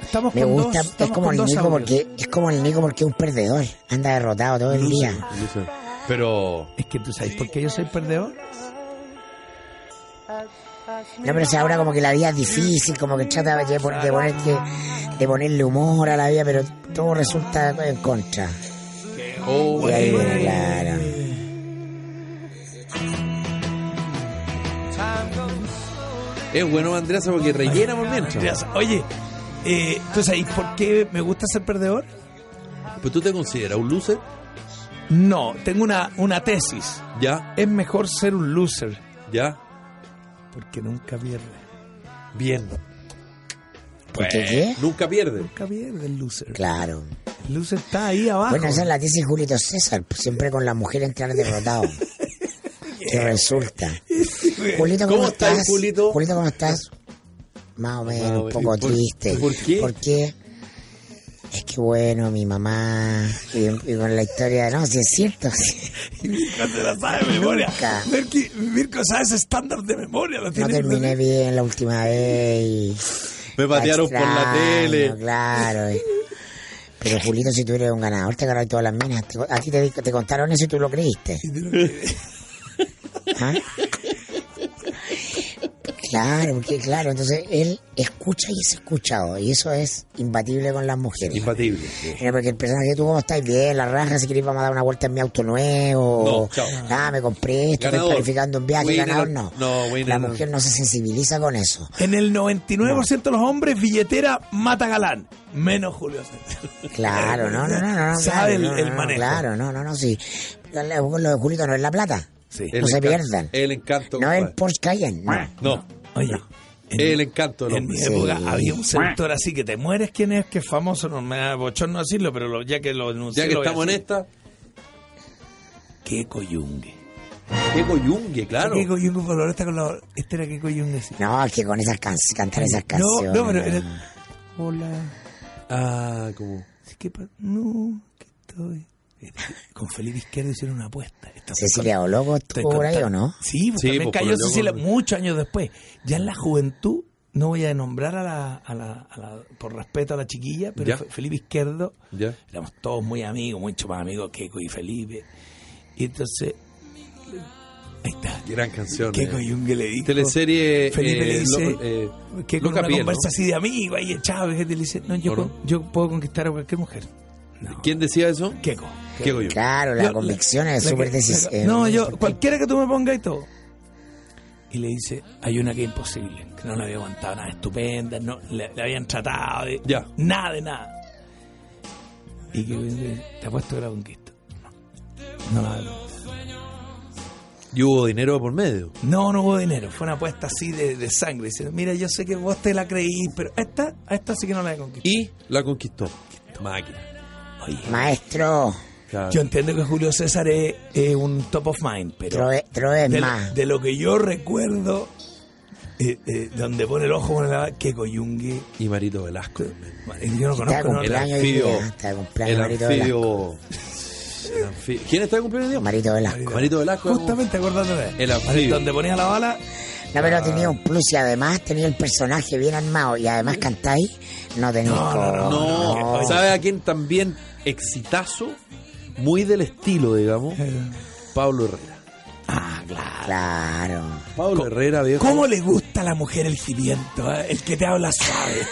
S1: Estamos
S3: Me
S1: con
S3: gusta,
S1: dos.
S3: es
S1: estamos
S3: como
S1: con
S3: el
S1: dos
S3: Nico
S1: audios.
S3: porque es como el Nico porque es un perdedor, anda derrotado todo el día.
S2: Silencio. Pero.
S1: Es que tú sabes por qué yo soy perdedor.
S3: No, pero si ahora como que la vida es difícil, como que trata de, pon- de poner que- de ponerle humor a la vida, pero todo resulta en contra.
S2: Oh,
S3: Y ahí,
S2: bueno.
S3: claro.
S2: Es bueno Andreasa porque rellena por mientras.
S1: Oye, eh, ¿tú sabes por qué me gusta ser perdedor?
S2: Pues tú te consideras un loser,
S1: No, tengo una, una tesis.
S2: ya,
S1: Es mejor ser un loser
S2: ya,
S1: porque nunca pierde.
S2: bien.
S3: ¿Por qué qué?
S2: Nunca pierde.
S1: Nunca pierde el loser.
S3: Claro.
S1: El loser está ahí
S2: Ah,
S1: abajo.
S3: Bueno, esa es la tesis de Julito César, pues, siempre con la mujer entrar derrotado. Que resulta. Julito, ¿cómo,
S2: ¿Cómo estás,
S3: estás?
S2: Julito?
S3: Julito, ¿cómo estás? Más o menos,
S2: Más o
S3: un
S2: menos.
S3: poco
S2: ¿Y por-
S3: triste.
S2: por qué?
S3: Porque es que bueno, mi mamá, y, y con la historia, no, si es cierto.
S1: No te la sabe de memoria.
S3: Nunca.
S1: Mirko, Mirko sabe ese estándar de memoria. Lo
S3: No
S1: tiene-
S3: terminé bien la última vez y...
S2: Me patearon por la
S3: extraño,
S2: tele.
S3: Claro. y- Pero Julito, si tú eres un ganador, te ganas todas las minas. Te- A ti te, te contaron eso y tú lo creíste. ¿Ah? Claro, porque claro, entonces él escucha y es escuchado. Y eso es imbatible con las mujeres.
S2: Impatible.
S3: Mira, porque el personaje, tú cómo estás bien, la raja, si querés vamos a dar una vuelta en mi auto nuevo.
S2: No, chao.
S3: Nada, me compré esto, estoy
S2: Ganador.
S3: planificando un viaje,
S2: Winner,
S3: ganador no.
S2: no, winner,
S3: la
S2: no.
S3: mujer no se sensibiliza con eso.
S1: En el 99% de los hombres, billetera mata galán. Menos Julio César.
S3: Claro, no, no, no, no. no, claro,
S1: Sabe el-
S3: no,
S1: el
S3: no, no,
S1: manejo.
S3: Claro, no, no, no, sí. Lo lo de Julito no es la plata.
S1: Sí.
S3: No se pierdan.
S2: El encanto.
S3: No
S2: compadre.
S3: es el Porsche Cayenne, no.
S2: No,
S1: Oye. en-
S2: el encanto del
S1: En mi
S2: hombre.
S1: época
S3: Sí.
S1: había un sector así que te mueres quién es, que es famoso, no me da bochorno decirlo, pero lo- ya que lo enuncié,
S2: Ya que
S1: lo voy a
S2: estamos en
S1: decir.
S2: esta,
S1: Keko Yungue.
S2: Diego Yungue, claro.
S1: Keko Yungue por ahora está con la... Este era Keko Yungue, sí.
S3: No, es que con esas can- cantar esas canciones.
S1: No, no, pero
S3: no.
S1: era- Hola,
S2: Ah, como.
S1: es que pa- No, que estoy... Con Felipe Izquierdo hicieron una apuesta. Esta-
S3: Cecilia Oloco
S1: Estoy
S3: estuvo por ahí
S1: contando.
S3: o no?
S1: Sí, pues
S2: Sí,
S1: también
S2: pues,
S1: cayó
S2: por lo
S1: Cecilia
S2: loco.
S1: muchos años después. Ya en la juventud, no voy a nombrar a la, a la- a la- por respeto a la chiquilla, pero
S2: Ya.
S1: Fe- Felipe Izquierdo,
S2: Ya.
S1: éramos todos muy amigos, mucho más amigos que Keiko y Felipe. Y entonces, ahí está.
S2: Gran canción.
S1: Keiko
S2: eh.
S1: Yungue le dijo.
S2: Teleserie.
S1: Felipe
S2: eh,
S1: le dice
S2: Lo- eh,
S1: que con
S2: Loca
S1: una
S2: Piel, ¿no?
S1: conversa así de amigo ahí echado, y le dice, no, yo,
S2: ¿O no?
S1: puedo- yo puedo conquistar a cualquier mujer. No.
S2: ¿Quién decía eso?
S1: Keiko.
S2: Diego Yungue.
S3: Claro, la
S1: Yo-
S3: convicción es
S1: la
S3: Ah, súper eh,
S1: que-
S3: decisiva.
S1: la- No, yo, cualquiera que tú me pongas y todo. Y le dice, hay una que es imposible, que no la había aguantado nada, estupenda, no, le, le habían tratado de
S2: Ya.
S1: nada de nada. Y que dice, te apuesto que la conquisto. No, no la hago.
S2: Y hubo dinero por medio.
S1: No, no hubo dinero, fue una apuesta así de, de sangre. Dice, mira, yo sé que vos te la creí, pero a esta, a esta sí que no la he conquistado.
S2: Y la conquistó. Máquina.
S1: Oye,
S3: Maestro,
S2: Claro.
S1: yo entiendo que Julio César es, es un top of mind, pero
S3: Troe, Troe es
S1: de,
S3: más.
S1: de lo que yo recuerdo, eh, eh, donde pone el ojo con la que Coyungue.
S2: Y Marito Velasco también.
S1: Yo no
S3: Está de
S1: conozco. no-
S2: El
S3: cumpleaños hoy
S2: anfibio.
S3: día. Está de cumpleaños
S2: El
S3: Marito Velasco.
S2: anfibio. El anfibio. ¿Quién está de cumpleaños? Diego?
S3: Marito Velasco.
S2: Marito Velasco.
S1: Justamente acordándome.
S2: El anfibio.
S1: Donde ponía la bala,
S3: No, pero tenía un plus y además tenía el personaje bien armado y además cantáis. No tenía
S1: no, no,
S2: No,
S1: No.
S2: ¿sabe a quién también exitazo? Muy del estilo, digamos.
S1: Eh.
S2: Pablo Herrera.
S1: Ah, claro.
S3: Claro.
S2: Pablo Herrera, viejo.
S1: ¿Cómo le gusta a la mujer el cimiento? eh? El que te habla sabe.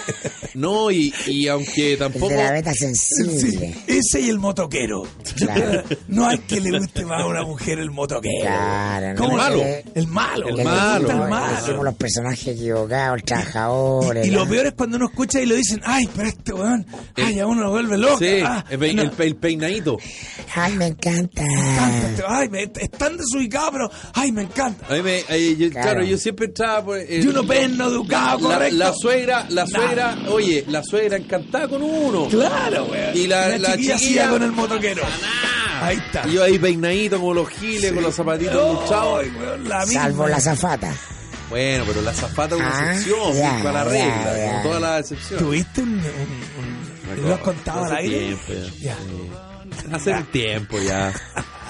S2: No, y, y aunque
S3: El
S2: tampoco.
S3: de la beta sensible.
S1: Sí, ese y el motoquero.
S3: Claro.
S1: No hay que le guste más a una mujer el motoquero.
S3: Claro,
S1: ¿Cómo
S2: no,
S1: le-
S3: porque-
S1: El malo.
S2: El
S1: le
S2: malo.
S1: gusta el
S2: Bueno,
S1: malo.
S3: Hicimos los personajes equivocados,
S1: Y,
S3: trabajadores.
S1: y lo
S3: ¿no?
S1: peor es cuando uno escucha y lo dicen, ay, pero este weón, ay, a uno lo vuelve loco.
S2: Eh. Sí,
S1: ah,
S2: el, pe-
S1: no,
S2: el pe- el peinadito.
S3: Ay, me encanta.
S1: encanta este- ay, me, están desubicados, pero, ay, me encanta.
S2: A mí me- eh, yo-
S3: Claro.
S2: claro. yo siempre entraba por. eh,
S1: Y uno perno, educado,
S2: la,
S1: correcto.
S2: la suegra, la
S1: Nah.
S2: suegra, oye, la suegra encantada con uno.
S1: Claro, weón.
S2: Y la- la chiquilla-
S1: chiquilla hacía con el motoquero. Ahí está.
S2: Y yo ahí peinadito como los giles, con los zapatitos luchados.
S1: Ay, weón, la misma.
S3: Salvo la zafata.
S2: Bueno, pero la zapata es una
S3: Ah,
S2: excepción,
S3: ya,
S2: para la
S3: ya,
S2: regla,
S3: ya.
S2: como todas las excepciones.
S1: Tuviste un... un- un-
S2: Me
S1: ¿Lo has
S2: acuerdo.
S1: contado al
S2: Hace
S1: aire?
S2: tiempo ya.
S1: Ya.
S2: Hace un tiempo ya.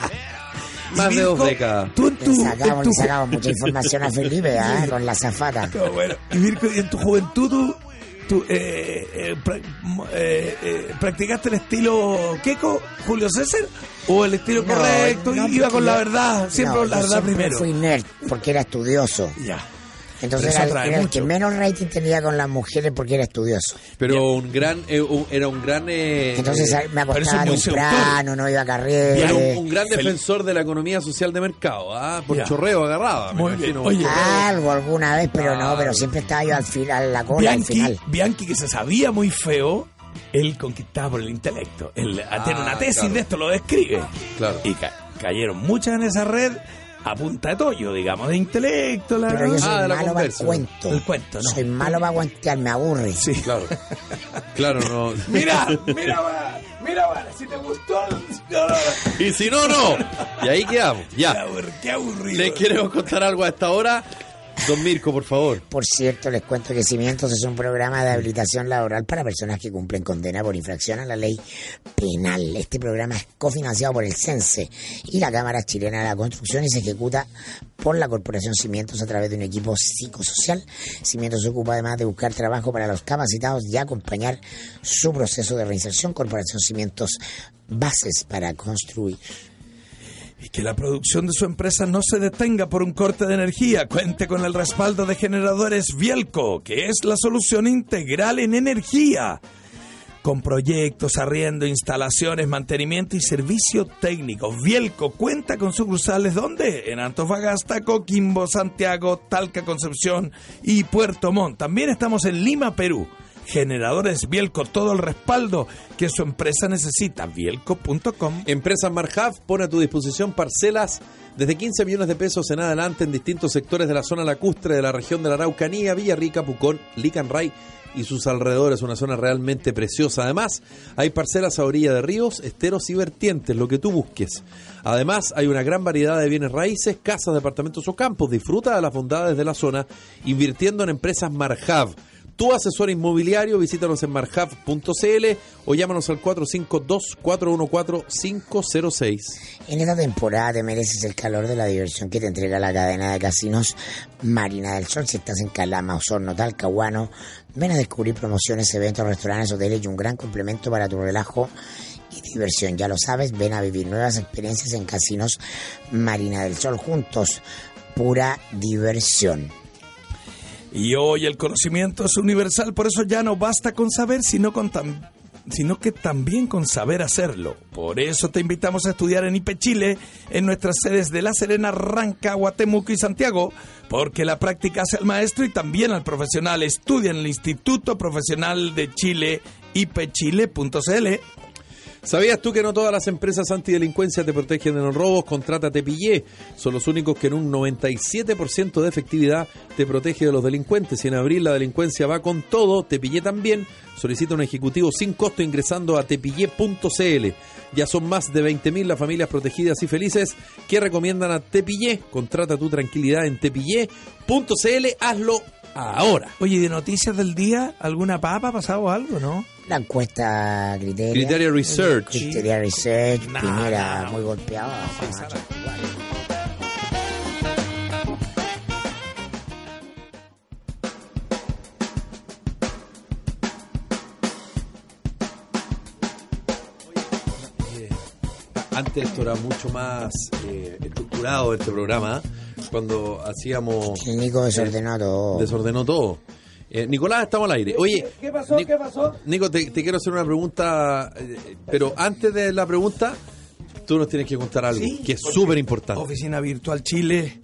S1: Y
S2: Más de dos
S1: Mirko,
S2: décadas.
S1: Tú en tu...
S3: Le
S1: en
S3: sacamos,
S1: tu
S3: le sacamos mucha información a Felipe, ¿ah? Con la zafata.
S1: No, bueno. Y Mirko, y en tu juventud tú... tú, eh, eh, pra- mo- eh, eh, ¿Practicaste el estilo Keco, Julio César? ¿O el estilo
S3: No,
S1: correcto?
S3: no,
S1: iba
S3: porque
S1: con la
S3: yo-
S1: verdad, siempre
S3: No,
S1: con la
S3: yo
S1: verdad
S3: siempre
S1: primero.
S3: Fui nerd porque era estudioso.
S1: Ya.
S3: Entonces
S1: Pero eso
S3: era,
S1: atrae
S3: el- era el que
S1: mucho.
S3: menos rating tenía con las mujeres porque era estudioso.
S2: Pero un gran, eh, un- era un gran... eh,
S3: Entonces eh,
S2: eh,
S3: a- me
S1: pero eso
S3: acostaba
S1: es muy
S3: temprano, no iba
S2: era
S3: a carrera.
S2: un, un gran defensor de la economía social de mercado. Ah, por
S1: Ya.
S2: chorreo agarraba. me
S1: Muy bien.
S2: imagino.
S1: Oye,
S3: Algo alguna vez, pero no,
S2: Claro.
S3: pero siempre estaba yo al final, la cola, al
S1: Bianchi,
S3: final.
S1: Bianchi, que se sabía muy feo, él conquistaba por el intelecto. Él
S2: Ah,
S1: tiene una tesis
S2: claro.
S1: de esto, lo describe.
S2: Claro.
S1: Y ca- cayeron muchas en esa red a punta de tollo, digamos, de intelecto. La
S3: Pero yo soy
S2: Ah, de la
S3: malo para el
S2: conversa.
S3: cuento.
S1: El cuento, no.
S3: Soy malo para aguantear, me aburre.
S1: Sí.
S2: Claro. Claro, no.
S1: Mira, mira, va, mira, va, si te gustó. No, no, no.
S2: Y si no, no. Y ahí quedamos.
S1: Qué
S2: Ya.
S1: aburr- Qué aburrido.
S2: ¿Le queremos contar algo a esta hora? Don Mirko, por favor.
S3: Pues, Por cierto, les cuento que Cimientos es un programa de habilitación laboral para personas que cumplen condena por infracción a la ley penal. Este programa es cofinanciado por el CENSE y la Cámara Chilena de la Construcción y se ejecuta por la Corporación Cimientos a través de un equipo psicosocial. Cimientos se ocupa además de buscar trabajo para los capacitados y acompañar su proceso de reinserción. Corporación Cimientos, bases para construir.
S1: Y que la producción de su empresa no se detenga por un corte de energía. Cuente con el respaldo de generadores Bielco, que es la solución integral en energía. Con proyectos, arriendo, instalaciones, mantenimiento y servicio técnico. Bielco cuenta con sucursales donde? En Antofagasta, Coquimbo, Santiago, Talca, Concepción y Puerto Montt. También estamos en Lima, Perú. Generadores Bielco, todo el respaldo que su empresa necesita. Bielco.com.
S2: Empresa Marjaf pone a tu disposición parcelas desde 15 millones de pesos en adelante en distintos sectores de la zona lacustre de la región de la Araucanía, Villarrica, Pucón, Licanray y sus alrededores, una zona realmente preciosa. Además, hay parcelas a orilla de ríos, esteros y vertientes, lo que tú busques. Además, hay una gran variedad de bienes raíces, casas, departamentos o campos. Disfruta de las bondades de la zona invirtiendo en empresas Marjav. Tu asesor inmobiliario, visítanos en marjav.cl o llámanos al 452-414-506.
S3: En esta temporada te mereces el calor de la diversión que te entrega la cadena de casinos Marina del Sol. Si estás en Calama, Osorno, Talcahuano, ven a descubrir promociones, eventos, restaurantes, hoteles y un gran complemento para tu relajo y diversión. Ya lo sabes, ven a vivir nuevas experiencias en casinos Marina del Sol juntos. Pura diversión.
S1: Y hoy el conocimiento es universal, por eso ya no basta con saber, sino con tam- sino que también con saber hacerlo. Por eso te invitamos a estudiar en IPE Chile, en nuestras sedes de La Serena, Rancagua, Temuco y Santiago, porque la práctica hace al maestro y también al profesional. Estudia en el Instituto Profesional de Chile, ipechile.cl.
S2: ¿Sabías tú que no todas las empresas antidelincuencia te protegen de los robos? Contrátate Pillé. Son los únicos que en un 97% de efectividad te protege de los delincuentes. Si en abril la delincuencia va con todo, te pillé también. Solicita un ejecutivo sin costo ingresando a tepillé.cl. Ya son más de 20.000 las familias protegidas y felices que recomiendan a Tepillé. Contrata tu tranquilidad en tepillé.cl. Hazlo ahora.
S1: Oye, ¿y de noticias del día, ¿alguna papa ha pasado algo, no?
S3: La encuesta Criteria.
S2: Criteria Research.
S3: Criteria Research,
S1: Nah,
S3: primera,
S1: nah, nah.
S3: muy golpeada.
S2: Antes esto era mucho más eh, estructurado este programa, ¿eh? cuando hacíamos...
S3: El Nico desordenó todo.
S2: Desordenó todo. Eh, Nicolás, estamos al aire. Oye, ¿qué pasó? ¿Qué pasó? Nico, te, te quiero hacer una pregunta, eh, pero antes de la pregunta, tú nos tienes que contar algo
S1: Sí,
S2: que es
S1: porque
S2: súper importante.
S1: Oficina Virtual Chile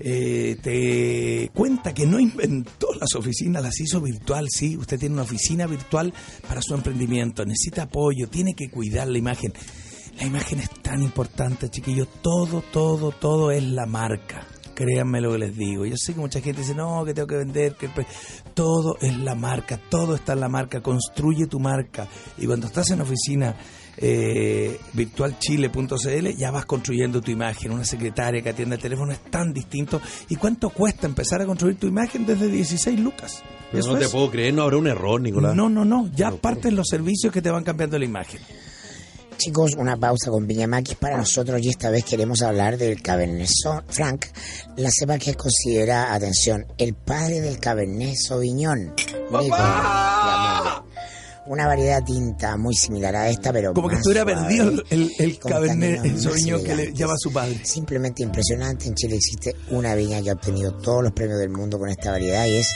S1: eh, te cuenta que no inventó las oficinas, las hizo virtual, sí. Usted tiene una oficina virtual para su emprendimiento, necesita apoyo, tiene que cuidar la imagen. La imagen es tan importante, chiquillos. Todo, todo, todo es la marca. Créanme lo que les digo. Yo sé que mucha gente dice, no, que tengo que vender. Que... el pre-". Todo es la marca, todo está en la marca. Construye tu marca. Y cuando estás en oficina eh, virtualchile.cl ya vas construyendo tu imagen. Una secretaria que atiende el teléfono es tan distinto. ¿Y cuánto cuesta empezar a construir tu imagen desde 16 lucas?
S2: Pero
S1: Eso
S2: no te
S1: es.
S2: puedo creer, no habrá un error, Nicolás.
S1: no, no, no. Ya parten los servicios que te van cambiando la imagen.
S3: Chicos, una pausa con Viñamaquis para nosotros y esta vez queremos hablar del Cabernet Sau- Franc, la cepa que considera, atención, el padre del Cabernet Sauvignon. Nico, mi amor. una variedad tinta muy similar a esta, pero
S1: Como que
S3: más
S1: estuviera
S3: suave,
S1: perdido el- el, el
S3: con
S1: cabernet,
S3: taninos
S1: el
S3: más
S1: sauvignon que le
S3: elegantes.
S1: llama su padre.
S3: Simplemente impresionante. En Chile existe una viña que ha obtenido todos los premios del mundo con esta variedad y es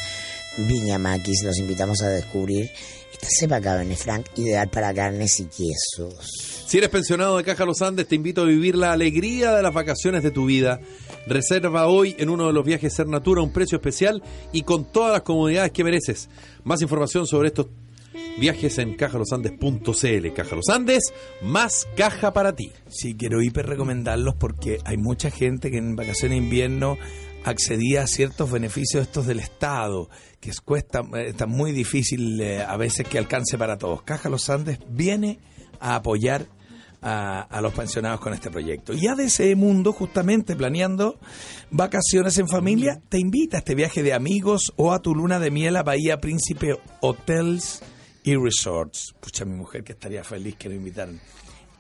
S3: Viña Maquis. Los invitamos a descubrir esta cepa Cabernet Franc, ideal para carnes y quesos.
S2: Si eres pensionado de Caja Los Andes, te invito a vivir la alegría de las vacaciones de tu vida. Reserva hoy en uno de los viajes Ser Natura a un precio especial y con todas las comodidades que mereces. Más información sobre estos viajes en cajalosandes.cl. Caja Los Andes, más caja para ti.
S1: Sí, quiero hiper recomendarlos porque hay mucha gente que en vacaciones de invierno accedía a ciertos beneficios estos del Estado, que es cuesta, eh, está muy difícil eh, a veces que alcance para todos. Caja Los Andes viene a apoyar a, a los pensionados con este proyecto. Y ADC Mundo, justamente planeando vacaciones en familia, te invita a este viaje de amigos o a tu luna de miel a Bahía Príncipe Hotels y Resorts. Pucha, mi mujer que estaría feliz que lo invitaran.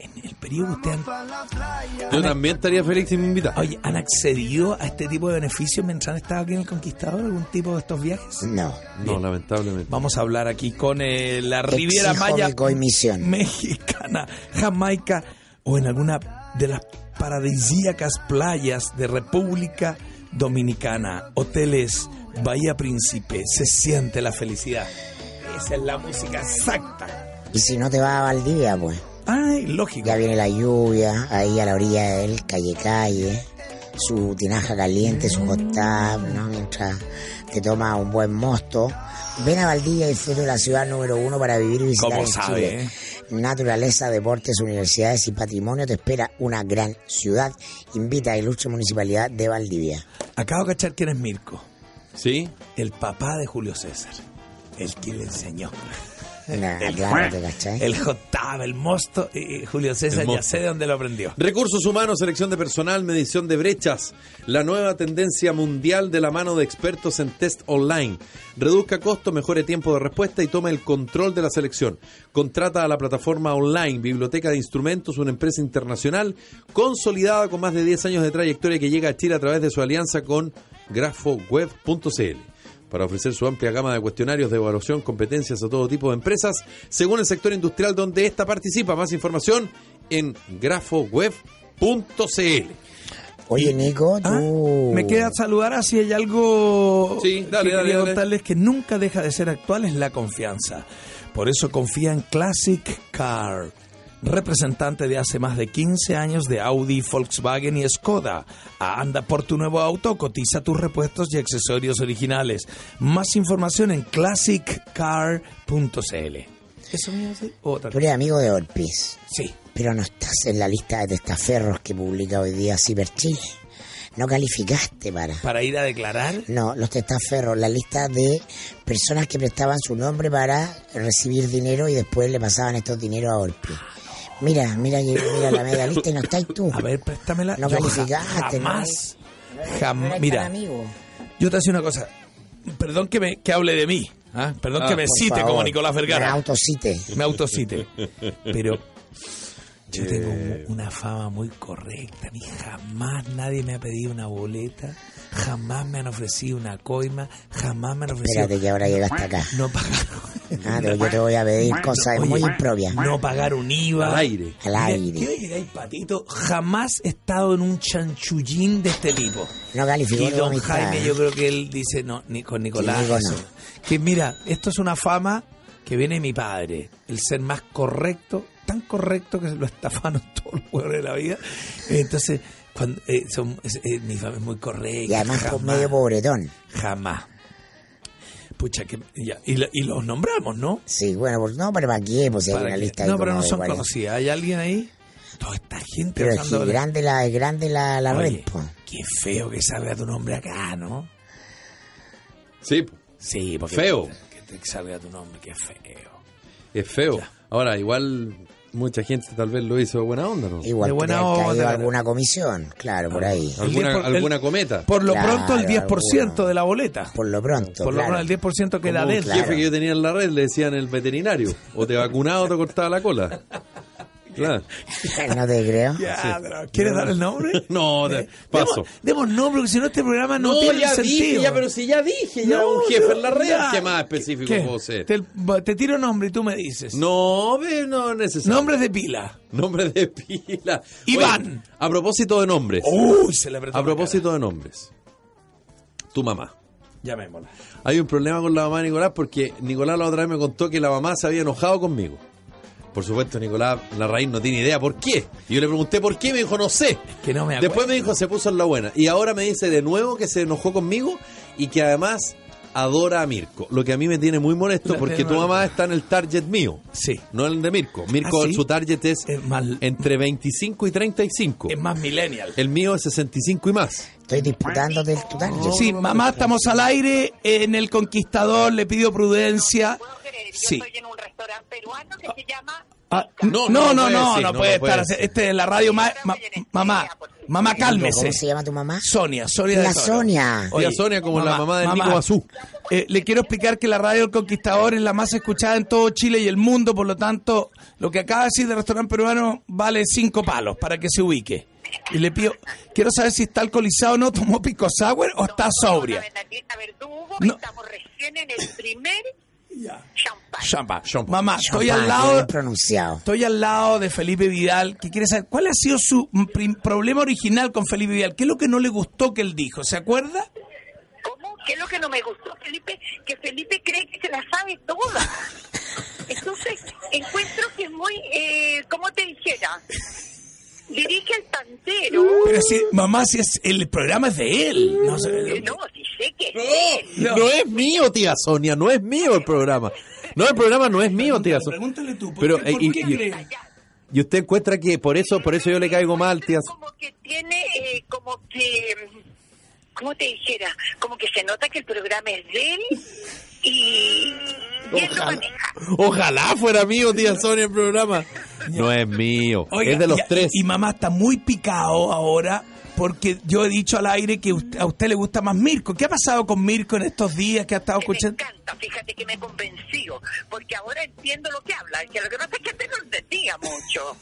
S1: En el periodo que ustedes han,
S2: Yo también estaría feliz si me invitas.
S1: oye, ¿han accedido a este tipo de beneficios mientras han estado aquí en El Conquistador? ¿Algún tipo de estos viajes?
S3: No.
S2: No, lamentablemente.
S1: Vamos a hablar aquí con eh, la Riviera
S3: Exijo
S1: Maya
S3: mi coimisión.
S1: mexicana, Jamaica o en alguna de las paradisíacas playas de República Dominicana. Hoteles Bahía Príncipe, se siente la felicidad. Esa es la música exacta.
S3: Y si no te vas a Valdivia, pues.
S1: Ay, lógico.
S3: Ya viene la lluvia, ahí a la orilla del calle calle, su tinaja caliente, su hot tub, ¿no? Mientras te toma un buen mosto. Ven a Valdivia y disfruta de la ciudad número uno para vivir y visitar
S1: Como
S3: en
S1: sabe,
S3: Chile.
S1: ¿eh?
S3: Naturaleza, deportes, universidades y patrimonio te espera una gran ciudad. Invita a Ilustre Municipalidad de Valdivia.
S1: Acabo de cachar quién es Mirko.
S2: ¿Sí?
S1: el papá de Julio César, el que le enseñó.
S3: Nah, claro, te cachai.
S1: El hot tub, el mosto, y Julio César
S2: El
S1: ya
S2: mosto.
S1: sé de dónde lo aprendió.
S2: Recursos humanos, selección de personal, medición de brechas, la nueva tendencia mundial de la mano de expertos en test online. Reduzca costo, mejore tiempo de respuesta y tome el control de la selección. Contrata a la plataforma online Biblioteca de Instrumentos, una empresa internacional consolidada con más de 10 años de trayectoria que llega a Chile a través de su alianza con grafoweb.cl para ofrecer su amplia gama de cuestionarios de evaluación, competencias a todo tipo de empresas, según el sector industrial donde ésta participa. Más información en grafoweb.cl.
S3: Oye, Nico,
S1: Ah,
S3: tú...
S1: Me queda saludar así hay algo
S2: Oh. Sí, dale, dale,
S1: que quería
S2: dale.
S1: contarles que nunca deja de ser actual es la confianza. Por eso confía en Classic Car, representante de hace más de 15 años de Audi, Volkswagen y Skoda. Ah, Anda por tu nuevo auto, cotiza tus repuestos y accesorios originales. Más información en classiccar.cl. ¿Eso me hace? Otra.
S3: Tú eres amigo de Orpiz.
S1: Sí.
S3: Pero no estás en la lista de testaferros que publica hoy día Ciberchile. No calificaste para.
S1: Para ir a declarar.
S3: No, los testaferros, la lista de personas que prestaban su nombre para recibir dinero y después le pasaban estos dineros a Orpi. Mira, mira, mira la media lista y no estás tú.
S1: A ver, préstamela.
S3: No
S1: Yo
S3: calificaste, ¿no?
S1: Jamás.
S3: No eres
S1: Jamás.
S3: tan
S1: Mira.
S3: amigo.
S1: Yo te hacía una cosa. Perdón que, me, que hable de mí. ¿ah? Perdón
S2: Ah,
S1: que me
S3: Por
S1: cite
S3: favor,
S1: como Nicolás Vergara.
S3: Me autocite.
S1: Me autocite. Pero yo tengo
S3: Eh.
S1: un- una fama muy correcta. A mí jamás nadie me ha pedido una boleta. Jamás me han ofrecido una coima. Jamás me han ofrecido...
S3: Espérate que ahora llegaste acá.
S1: No pagar,
S3: Ah, pero yo te voy a pedir cosas
S1: Oye,
S3: muy impropias.
S1: no pagar un IVA.
S2: Al aire.
S3: Al aire.
S1: Mira, ¿Qué oye, ay, patito? Jamás he estado en un chanchullín de este tipo.
S3: No calificó
S1: Y
S3: tu
S1: don
S3: amistad,
S1: Jaime,
S3: ¿eh?
S1: yo creo que él dice, no, ni con Nicolás.
S3: Sí, digo,
S1: eso. Que mira, esto es una fama que viene de mi padre, el ser más correcto, tan correcto que se lo estafaron todos los pueblos de la vida. Entonces, cuando, eh, son, es- eh, mi fama es muy correcta.
S3: Y además po-
S1: jamás,
S3: medio pobretón.
S1: jamás. Pucha, que, ya, y, la- y los nombramos, ¿no?
S3: Sí, bueno, pues no, pero ¿para qué? Pues hay
S1: Para
S3: una
S1: que-
S3: lista ahí
S1: no, pero
S3: como
S1: no
S3: de
S1: son
S3: 40.
S1: conocidas. ¿Hay alguien ahí? Toda esta gente
S3: Pero es
S1: usando-
S3: que grande la, es grande la, la
S1: Oye,
S3: red, po.
S1: Qué feo que salga tu nombre acá, ¿no?
S2: Sí,
S1: Sí, porque
S2: Feo.
S1: Que te salga tu nombre, qué feo.
S2: es feo. Ahora, igual mucha gente tal vez lo hizo de buena onda, ¿no?
S3: Igual
S1: de Ah.
S3: que
S1: buena
S3: le han caído
S1: onda.
S3: alguna comisión, claro, por ahí.
S1: Eh, El
S2: Alguna,
S1: 10 por-
S2: alguna
S1: el-
S2: cometa.
S1: Por lo
S3: Claro,
S1: pronto, el 10%
S3: alguno.
S1: de la boleta. Por,
S3: Por lo pronto,
S1: lo
S3: claro.
S1: menos el 10% queda
S2: Como un
S1: dentro.
S2: jefe que yo tenía en la red le decían el veterinario. O te vacunaba o te cortaba la cola. Claro.
S3: No te creo.
S1: Ya, pero ¿Quieres dar el nombre?
S2: No, de-
S1: Eh,
S2: paso.
S1: Demos, demos nombre, porque si no este programa no, tiene sentido.
S2: si ya dije,
S1: No, no, ya.
S2: ¿Qué más específico
S1: ¿Qué?
S2: puedo ser?
S1: Te, te tiro nombre y tú me dices.
S2: No, ve, no es necesario.
S1: Nombres de pila.
S2: Nombre de pila.
S1: Iván. Oh,
S2: Oye, a propósito de nombres.
S1: Uy, se le apretó
S2: a
S1: la
S2: propósito de nombres. Tu mamá.
S1: cara. Llamémosla.
S2: Hay un problema con la mamá de Nicolás porque Nicolás la otra vez me contó que la mamá se había enojado conmigo. Por supuesto, Nicolás Larraín no tiene idea por qué. Y yo le pregunté por qué, me dijo, no sé.
S1: Que no me acuerdo.
S2: Después me dijo, se puso en la buena. Y ahora me dice de nuevo que se enojó conmigo y que además adora a Mirko. Lo que a mí me tiene muy molesto
S1: La
S2: porque
S1: tengo
S2: tu
S1: al-
S2: mamá está en el target mío.
S1: Sí.
S2: No el de Mirko. Mirko,
S1: ¿Ah, sí?
S2: su target es
S1: Es mal-
S2: entre 25 y 35.
S1: Es más millennial.
S2: El mío es 65 y más.
S3: Estoy disputándote el total. Yo-
S1: sí, mamá, estamos al aire. En El Conquistador le pido prudencia.
S6: puedo creer. Yo
S1: Sí.
S6: estoy en un restaurante peruano que se llama.
S1: Ah,
S2: No,
S1: no,
S2: no
S1: no, no,
S2: puede
S1: no,
S2: decir,
S1: no
S2: no,
S1: puede
S2: no puede
S1: estar.
S2: decir.
S1: Este es la radio. ma- ma- mamá, mamá, cálmese.
S3: ¿Cómo se llama tu mamá?
S1: Sonia, Sonia de
S3: La
S1: Toro.
S3: Sonia.
S2: Oye, Sonia, como la mamá de Nico Bazú.
S1: Eh, le quiero explicar que la radio El Conquistador es la más escuchada en todo Chile y el mundo, por lo tanto, lo que acaba de decir del restaurante peruano vale cinco palos para que se ubique. Y le pido, quiero saber si está alcoholizado o no, tomó pico sour o oh, está sobria.
S6: En la tienda Verdugo.
S1: No.
S6: Estamos recién en el primer champán.
S1: Champa.
S2: Champa.
S1: Mamá, estoy
S3: Champán,
S1: al
S3: qué
S1: lado
S3: bien pronunciado.
S1: Estoy al lado de Felipe Vidal, que quiere saber cuál ha sido su prim- problema original con Felipe Vidal. ¿Qué es lo que no le gustó que él dijo? ¿Se acuerda?
S6: ¿Cómo? ¿Qué es lo que no me gustó, Felipe? Que Felipe cree que se la sabe toda. Entonces, encuentro que es muy, eh, ¿cómo te dijera? Dirige al tantero.
S1: Pero si, mamá, si es, el programa es de él. No sé.
S6: Eh, No, sí sé que
S1: Oh.
S2: No, es mío, tía Sonia, no es mío el programa. No, el programa no es mío, tía Sonia.
S1: Pregúntale tú, ¿por
S2: Pero,
S1: qué-
S2: eh,
S1: por
S2: y,
S1: qué
S2: y-
S1: cree?
S2: y usted encuentra que por eso, por eso yo le caigo mal, tía Sonia.
S6: Como que tiene, eh, como que, mm, ¿cómo te dijera? Como que se nota que el programa es de él y, y él lo maneja.
S2: Ojalá fuera mío, tía Sonia, el programa. No es mío,
S1: Oiga,
S2: es de los
S1: y-
S2: tres.
S1: Y mamá está muy picado ahora porque yo he dicho al aire que usted- a usted le gusta más Mirko. ¿Qué ha pasado con Mirko en estos días que ha
S2: Ah,
S1: estado
S6: Que Me
S1: escuchando?
S6: encanta, fíjate que me he convencido, porque ahora entiendo lo que habla, que lo que pasa es que antes no entendía mucho.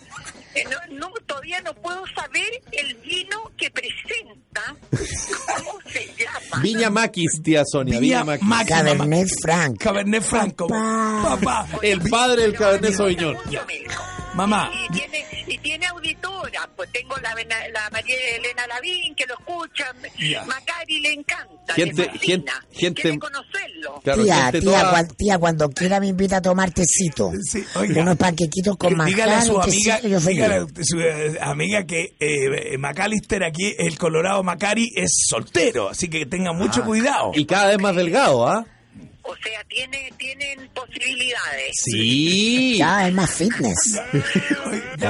S6: Eh, No, no, todavía no puedo saber el vino que presenta, cómo se llama.
S2: Viña Maquis, tía Sonia, Viña,
S1: Viña
S2: Maquis.
S1: Maquis, Ah, mamá.
S3: Cabernet Franc.
S1: Cabernet Franco. Papá.
S2: El padre del Cabernet
S6: Pero me gusta
S2: Sauvignon.
S6: mucho, Mirko.
S1: Mamá.
S6: Y tiene, y tiene auditoras, pues tengo la, Bena- la María Elena Lavín que lo escucha,
S1: Ya.
S6: Macari le encanta,
S2: Gente-
S6: le fascina,
S2: gente- gente-
S6: quiere conocerlo.
S2: Claro,
S3: Tía,
S2: gente
S3: tía,
S2: toda-
S3: cuan- tía, cuando quiera me invita a tomar tecito.
S1: Sí, oiga.
S3: Unos panquequitos con manjar.
S1: dígale a su
S3: un
S1: amiga,
S3: tecito, yo feliz.
S1: dígale a su eh, amiga que eh, McAllister aquí, el Colorado Macari, es soltero, así que tenga mucho
S2: Ah.
S1: cuidado.
S2: Y cada vez más delgado, ¿ah?
S6: O sea, tiene, tienen posibilidades.
S2: Sí.
S3: Ya, es más fitness.
S1: Ya,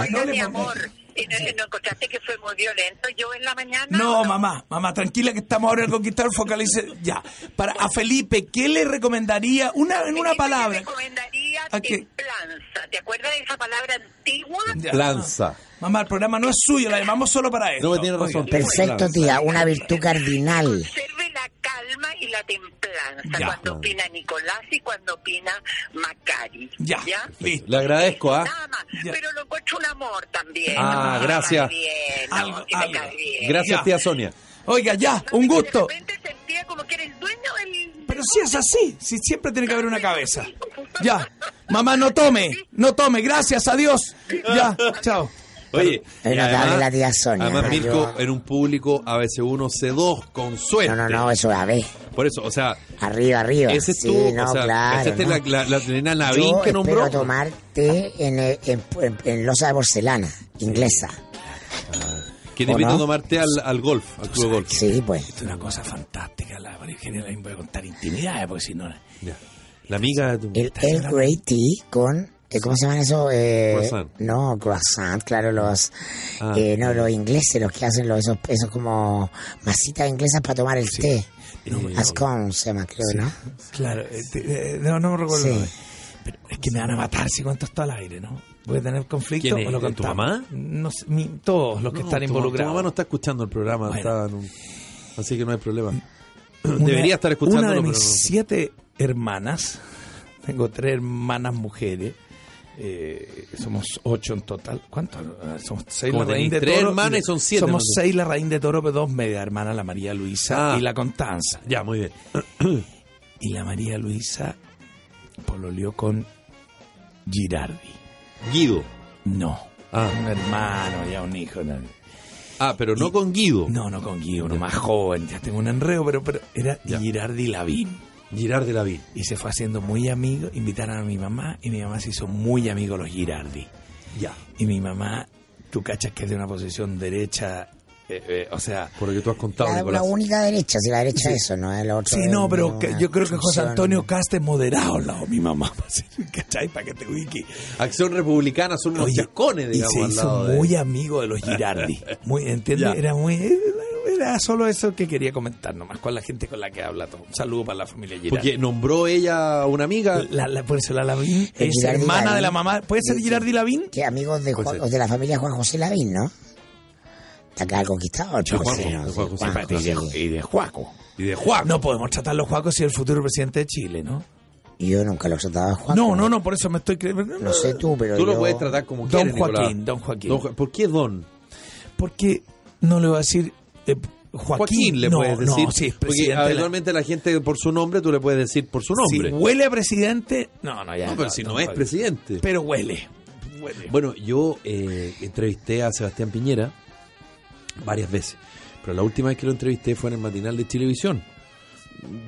S6: Oiga,
S1: no, le
S6: mi
S1: mandé.
S6: amor, ¿y no, no encontraste que fue muy violento yo en la mañana?
S1: No,
S6: ¿O
S1: mamá, mamá, tranquila que estamos ahora en el conquistador, focalice ya. Para a Felipe, ¿qué le recomendaría una en una
S6: Felipe,
S1: palabra?
S6: Yo te recomendaría
S1: ¿A qué?
S6: templanza. ¿Te acuerdas de esa palabra antigua?
S1: Ya.
S2: Lanza.
S1: Mamá, el programa no es suyo, la llamamos solo para esto.
S2: No, tiene razón.
S1: Oiga.
S3: Perfecto, tía. Una virtud cardinal.
S6: Conserve la calma y la templanza
S1: Ya.
S6: cuando opina Nicolás y cuando opina Macari.
S1: Ya. Listo.
S2: Le agradezco, ¿ah?
S6: Nada más.
S1: Ya.
S6: Pero lo encuentro un amor también.
S2: Ah,
S6: Que me
S2: gracias.
S6: cae bien, ¿no?
S1: Algo,
S6: Que me
S1: algo.
S6: cae bien.
S2: Gracias,
S1: Ya.
S2: tía Sonia.
S1: Oiga, ya,
S6: Entonces,
S1: un
S6: que
S1: gusto.
S6: De repente sentía como que eres dueño del...
S1: Pero si es así, si siempre tiene que haber una cabeza. Ya. Mamá, no tome, no tome, gracias, adiós. Ya, chao.
S2: Oye,
S3: Es
S2: y
S3: notable la tía Sonia,
S2: Además,
S3: ¿no?
S2: Mirko,
S3: Yo-
S2: en un público ABC1, C2, con suerte.
S3: No, no, no, eso es a ver.
S2: Por eso, o sea,
S3: Arriba, arriba.
S2: ese es
S3: sí,
S2: tú,
S3: no,
S2: o sea,
S3: claro.
S2: esa es
S3: ¿no?
S2: la, la, la nena Lavín
S3: Yo
S2: que nombró.
S3: espero tomar té en, eh, en, en- en losa de porcelana, inglesa.
S2: Que te
S3: ¿o
S2: invito a
S3: no?
S2: tomarte al, al golf, al club de golf.
S3: Sí, pues.
S1: Es una cosa fantástica, la Virginia la voy a contar intimidades, porque si no... la-
S2: Ya. La amiga de tu...
S3: El Earl Grey Tea con... eh, ¿Cómo se llaman esos? Eh,
S2: Croissant.
S3: No, croissant, claro, los...
S2: Ah.
S3: eh, no, los ingleses, los que hacen los, esos, esos como masitas inglesas para tomar el té. A scone se llama, creo, ¿no?
S1: Claro, eh, te- eh, no, no me recuerdo.
S3: Sí.
S1: Pero es que me van a matar si cuento esto al aire, ¿no? Voy a tener conflicto.
S2: ¿Quién es?
S1: o lo
S2: ¿Tu
S1: contamos.
S2: mamá?
S1: No sé, mi- todos los que
S2: No,
S1: están
S2: tu-
S1: involucrados.
S2: Tu mamá no está escuchando el programa,
S1: Bueno.
S2: está en un- así que no hay problema.
S1: Una-
S2: Debería estar escuchándolo,
S1: Una de
S2: pero
S1: mis
S2: no.
S1: siete hermanas, tengo tres hermanas mujeres, eh, somos ocho en total. ¿Cuántos? Ah, Somos seis
S2: Como
S1: la reina
S2: tenéis
S1: de
S2: tres
S1: toro.
S2: hermanas y son siete,
S1: Somos
S2: ¿no?
S1: seis la reina de toro, pero dos media hermanas, la María Luisa
S2: Ah.
S1: y la Constanza.
S2: Ya, muy bien.
S1: Y la María Luisa pololeó con Girardi.
S2: Guido.
S1: No.
S2: Ah.
S1: Un hermano, ya un hijo. No,
S2: Ah, pero no con Guido.
S1: no, no con Guido, uno más joven. Ya tengo un enreo, pero, pero era
S2: Ya.
S1: Girardi Lavín.
S2: Girard de la Vida.
S1: Y se fue haciendo muy amigo. Invitaron a mi mamá y mi mamá se hizo muy amigo de los Girardi.
S2: Ya.
S1: Y mi mamá, tú cachas que es de una posición derecha, eh, eh, o sea...
S2: Por lo que tú has contado,
S3: La, la
S2: Nicolás.
S3: única derecha, si la derecha es eso, ¿no? El otro
S1: Sí,
S3: es
S1: no, pero
S3: una
S1: que- yo creo que José
S3: construcción.
S1: Antonio Casta es moderado al lado de mi mamá. ¿Cachai? Para que te wiki.
S2: Acción Republicana son unos
S1: Oye,
S2: chascones,
S1: y
S2: digamos.
S1: se
S2: al
S1: hizo
S2: lado de-
S1: muy amigo de los Girardi. Muy, ¿Entiendes?
S2: Ya.
S1: Era muy... Era solo eso que quería comentar nomás con la gente con la que habla todo. Un saludo para la familia Girardi.
S2: Porque nombró ella a una amiga.
S1: La, la- por eso la Lavín
S3: El
S1: es
S3: Girardi
S1: hermana
S3: Lavín.
S1: de la mamá. ¿Puede ser
S3: Sí, sí.
S1: Girardi Lavín?
S3: Que amigos de, Juan-
S2: José.
S3: de la familia Juan José Lavín, ¿no? Está acá el conquistador.
S2: Sí, Juanjo,
S3: José, ¿no?
S2: de Juan José.
S3: Juan
S1: Y de,
S3: José.
S1: y de Juaco.
S2: Y de Juan.
S1: No podemos tratar a los Juacos si es el futuro presidente de Chile, ¿no?
S3: Y yo nunca lo trataba a Juan.
S1: No, no, no, por eso me estoy creyendo.
S3: No sé tú, pero
S2: Tú
S3: yo-
S2: lo puedes tratar como
S1: Don
S2: quieres,
S1: Joaquín,
S2: Nicolás.
S1: don Joaquín.
S2: Ju- ¿Por qué Don?
S1: Porque no le voy a decir eh, Joaquín.
S2: Joaquín le
S1: no,
S2: puedes decir.
S1: No, sí, es
S2: porque
S1: presidente. de la-
S2: habitualmente la gente por su nombre tú le puedes decir por su
S1: Si
S2: nombre.
S1: huele a presidente. No, no, ya.
S2: no, pero si no,
S1: don
S2: es
S1: Joaquín.
S2: presidente.
S1: Pero huele. Huele.
S2: Bueno, yo eh, entrevisté a Sebastián Piñera varias veces, pero la última vez que lo entrevisté fue en el matinal de Televisión,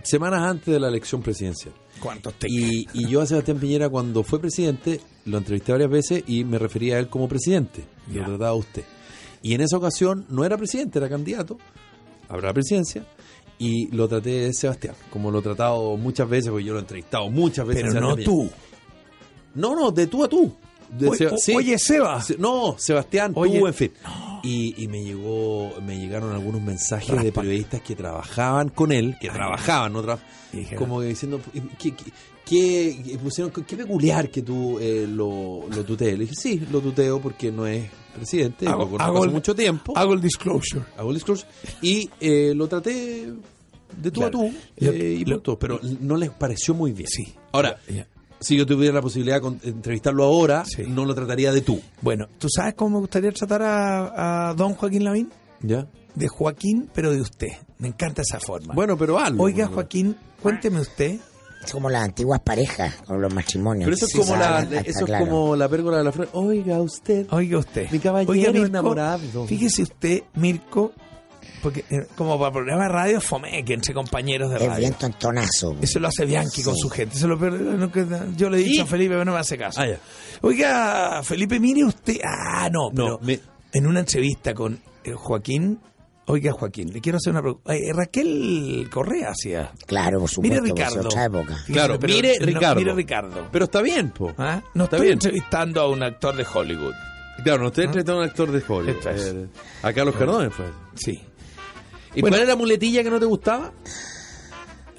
S2: semanas antes de la elección presidencial.
S1: ¿Cuántos te
S2: Y, y yo a Sebastián Piñera cuando fue presidente lo entrevisté varias veces y me refería a él como presidente,
S1: Ya.
S2: lo trataba a usted. Y en esa ocasión no era presidente, era candidato, habrá la presidencia. Y lo traté de Sebastián, como lo he tratado muchas veces, porque yo lo he entrevistado muchas veces. a
S1: Pero no
S2: Sebastián Piñera.
S1: tú.
S2: No, no, de tú a tú. De
S1: Oye,
S2: Seba-
S1: o-
S2: sí.
S1: oye, Seba.
S2: Se- No, Sebastián,
S1: Oye.
S2: tú, en fin. Y, y me llegó, me llegaron algunos mensajes de
S1: Raspa.
S2: periodistas que trabajaban con él, que
S1: Ay.
S2: trabajaban, no tra-
S1: Y dijeron-
S2: como que diciendo, ¿qué, qué- qué- qué pusieron, qué peculiar que tú eh, lo, lo tutees? Le dije, sí, lo tuteo porque no es presidente, lo conozco hace
S1: el-
S2: mucho tiempo, hago,
S1: Hago el disclosure.
S2: el discurso, y eh, lo traté de tú a
S1: Claro.
S2: tú,
S1: Lo-
S2: eh, y
S1: lo-
S2: punto, pero no les pareció muy bien.
S1: Sí.
S2: Ahora,
S1: Ya.
S2: si yo tuviera la posibilidad de con- entrevistarlo ahora,
S1: Sí.
S2: no lo trataría de tú.
S1: Bueno, ¿tú sabes cómo me gustaría tratar a, a don Joaquín Lavín?
S2: ¿Ya?
S1: De Joaquín, pero de usted. Me encanta esa forma.
S2: Bueno, pero algo.
S1: Oiga,
S2: Bueno.
S1: Joaquín, cuénteme usted.
S3: Es como las antiguas parejas, o los matrimonios.
S2: Pero eso es
S3: Sí,
S2: como la,
S3: saben, está
S2: eso es
S3: claro.
S2: como la pérgola de la frente. Oiga, usted.
S1: Oiga usted.
S2: Mi caballero
S1: Oiga,
S2: enamorado.
S1: Fíjese usted, Mirko, porque eh, como para programa de radio, fome que entre compañeros de
S3: Es
S1: radio.
S3: bien tontonazo.
S1: Eso lo hace Bianchi con
S3: Sí.
S1: su gente. Eso es lo peor de lo que- yo le he
S2: ¿Y?
S1: dicho a Felipe, pero no me hace caso.
S2: Ah, ya.
S1: Oiga, Felipe, mire usted. Ah, no,
S2: No,
S1: pero
S2: me-
S1: en una entrevista con eh, Joaquín. Oiga, Joaquín, le quiero hacer una pregunta. Ay, Raquel Correa hacía.
S3: Claro, por
S1: Mire,
S3: supuesto. pues,
S1: Ricardo.
S3: otra época.
S1: Fíjese,
S2: Claro,
S1: pero-
S2: mire,
S1: no,
S2: Ricardo.
S1: Mire, Ricardo.
S2: Pero está bien, po.
S1: Ah, No
S2: Está
S1: estoy
S2: bien.
S1: entrevistando a un actor de Hollywood.
S2: Claro, no estoy entrevistando a un actor de
S1: Esto es.
S2: Hollywood. Eh, a Carlos Cardones, pues.
S1: Sí.
S2: ¿Y
S1: Bueno. Ah,
S2: cuál era la muletilla que no te gustaba?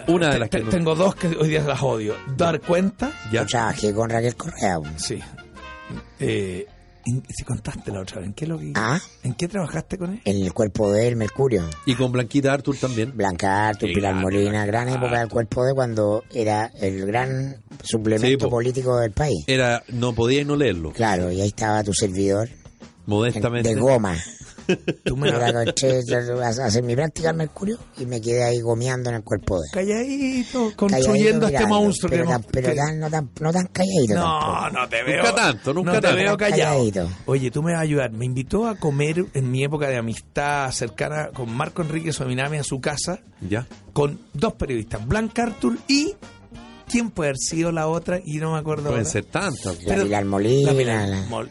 S2: Una de las
S1: Te-
S2: que no-
S1: Tengo dos que hoy día las odio. Dar cuenta.
S2: Ya.
S3: Yo trabajé con Raquel Correa. pues.
S1: Sí. Eh, ¿en- si contaste la otra vez, ¿en qué, lo,
S3: Ah,
S1: ¿en qué trabajaste con él?
S3: en el cuerpo del Mercurio.
S2: Y con Blanquita Arthur también.
S3: Blanca Artur,
S2: Sí,
S3: Pilar
S2: claro,
S3: Molina, gran
S2: Blanca
S3: época del
S2: Artur.
S3: cuerpo de cuando era el gran
S2: Sí,
S3: suplemento
S2: po.
S3: político del país.
S2: Era, no podía no leerlo.
S3: Claro, y ahí estaba tu servidor en-
S2: Modestamente.
S3: de goma.
S1: Tú me
S3: Yo la noche yo a a hacer mi práctica al Mercurio y me quedé ahí gomeando en el cuerpo de
S1: calladito,
S3: Calladito
S1: construyendo a este
S3: mirando,
S1: monstruo que
S3: pero, tan,
S1: hemos-
S3: pero
S1: que-
S3: tan- no, tan, no tan calladito
S1: No,
S3: tampoco.
S1: no te veo.
S2: Nunca tanto, nunca
S1: no te
S2: tanto.
S1: veo callado.
S3: Calladito.
S1: Oye, tú me vas a ayudar. Me invitó a comer en mi época de amistad cercana con Marco Enrique Suaminami a su casa
S2: Ya.
S1: con dos periodistas, Blanca Artur y. ¿Quién puede haber sido la otra? Y no me acuerdo.
S2: Pueden
S1: ahora.
S2: ser tantas. po.
S3: La
S1: Pero-
S3: Pilar Molina,
S1: La
S3: la,
S1: Pilar Mol-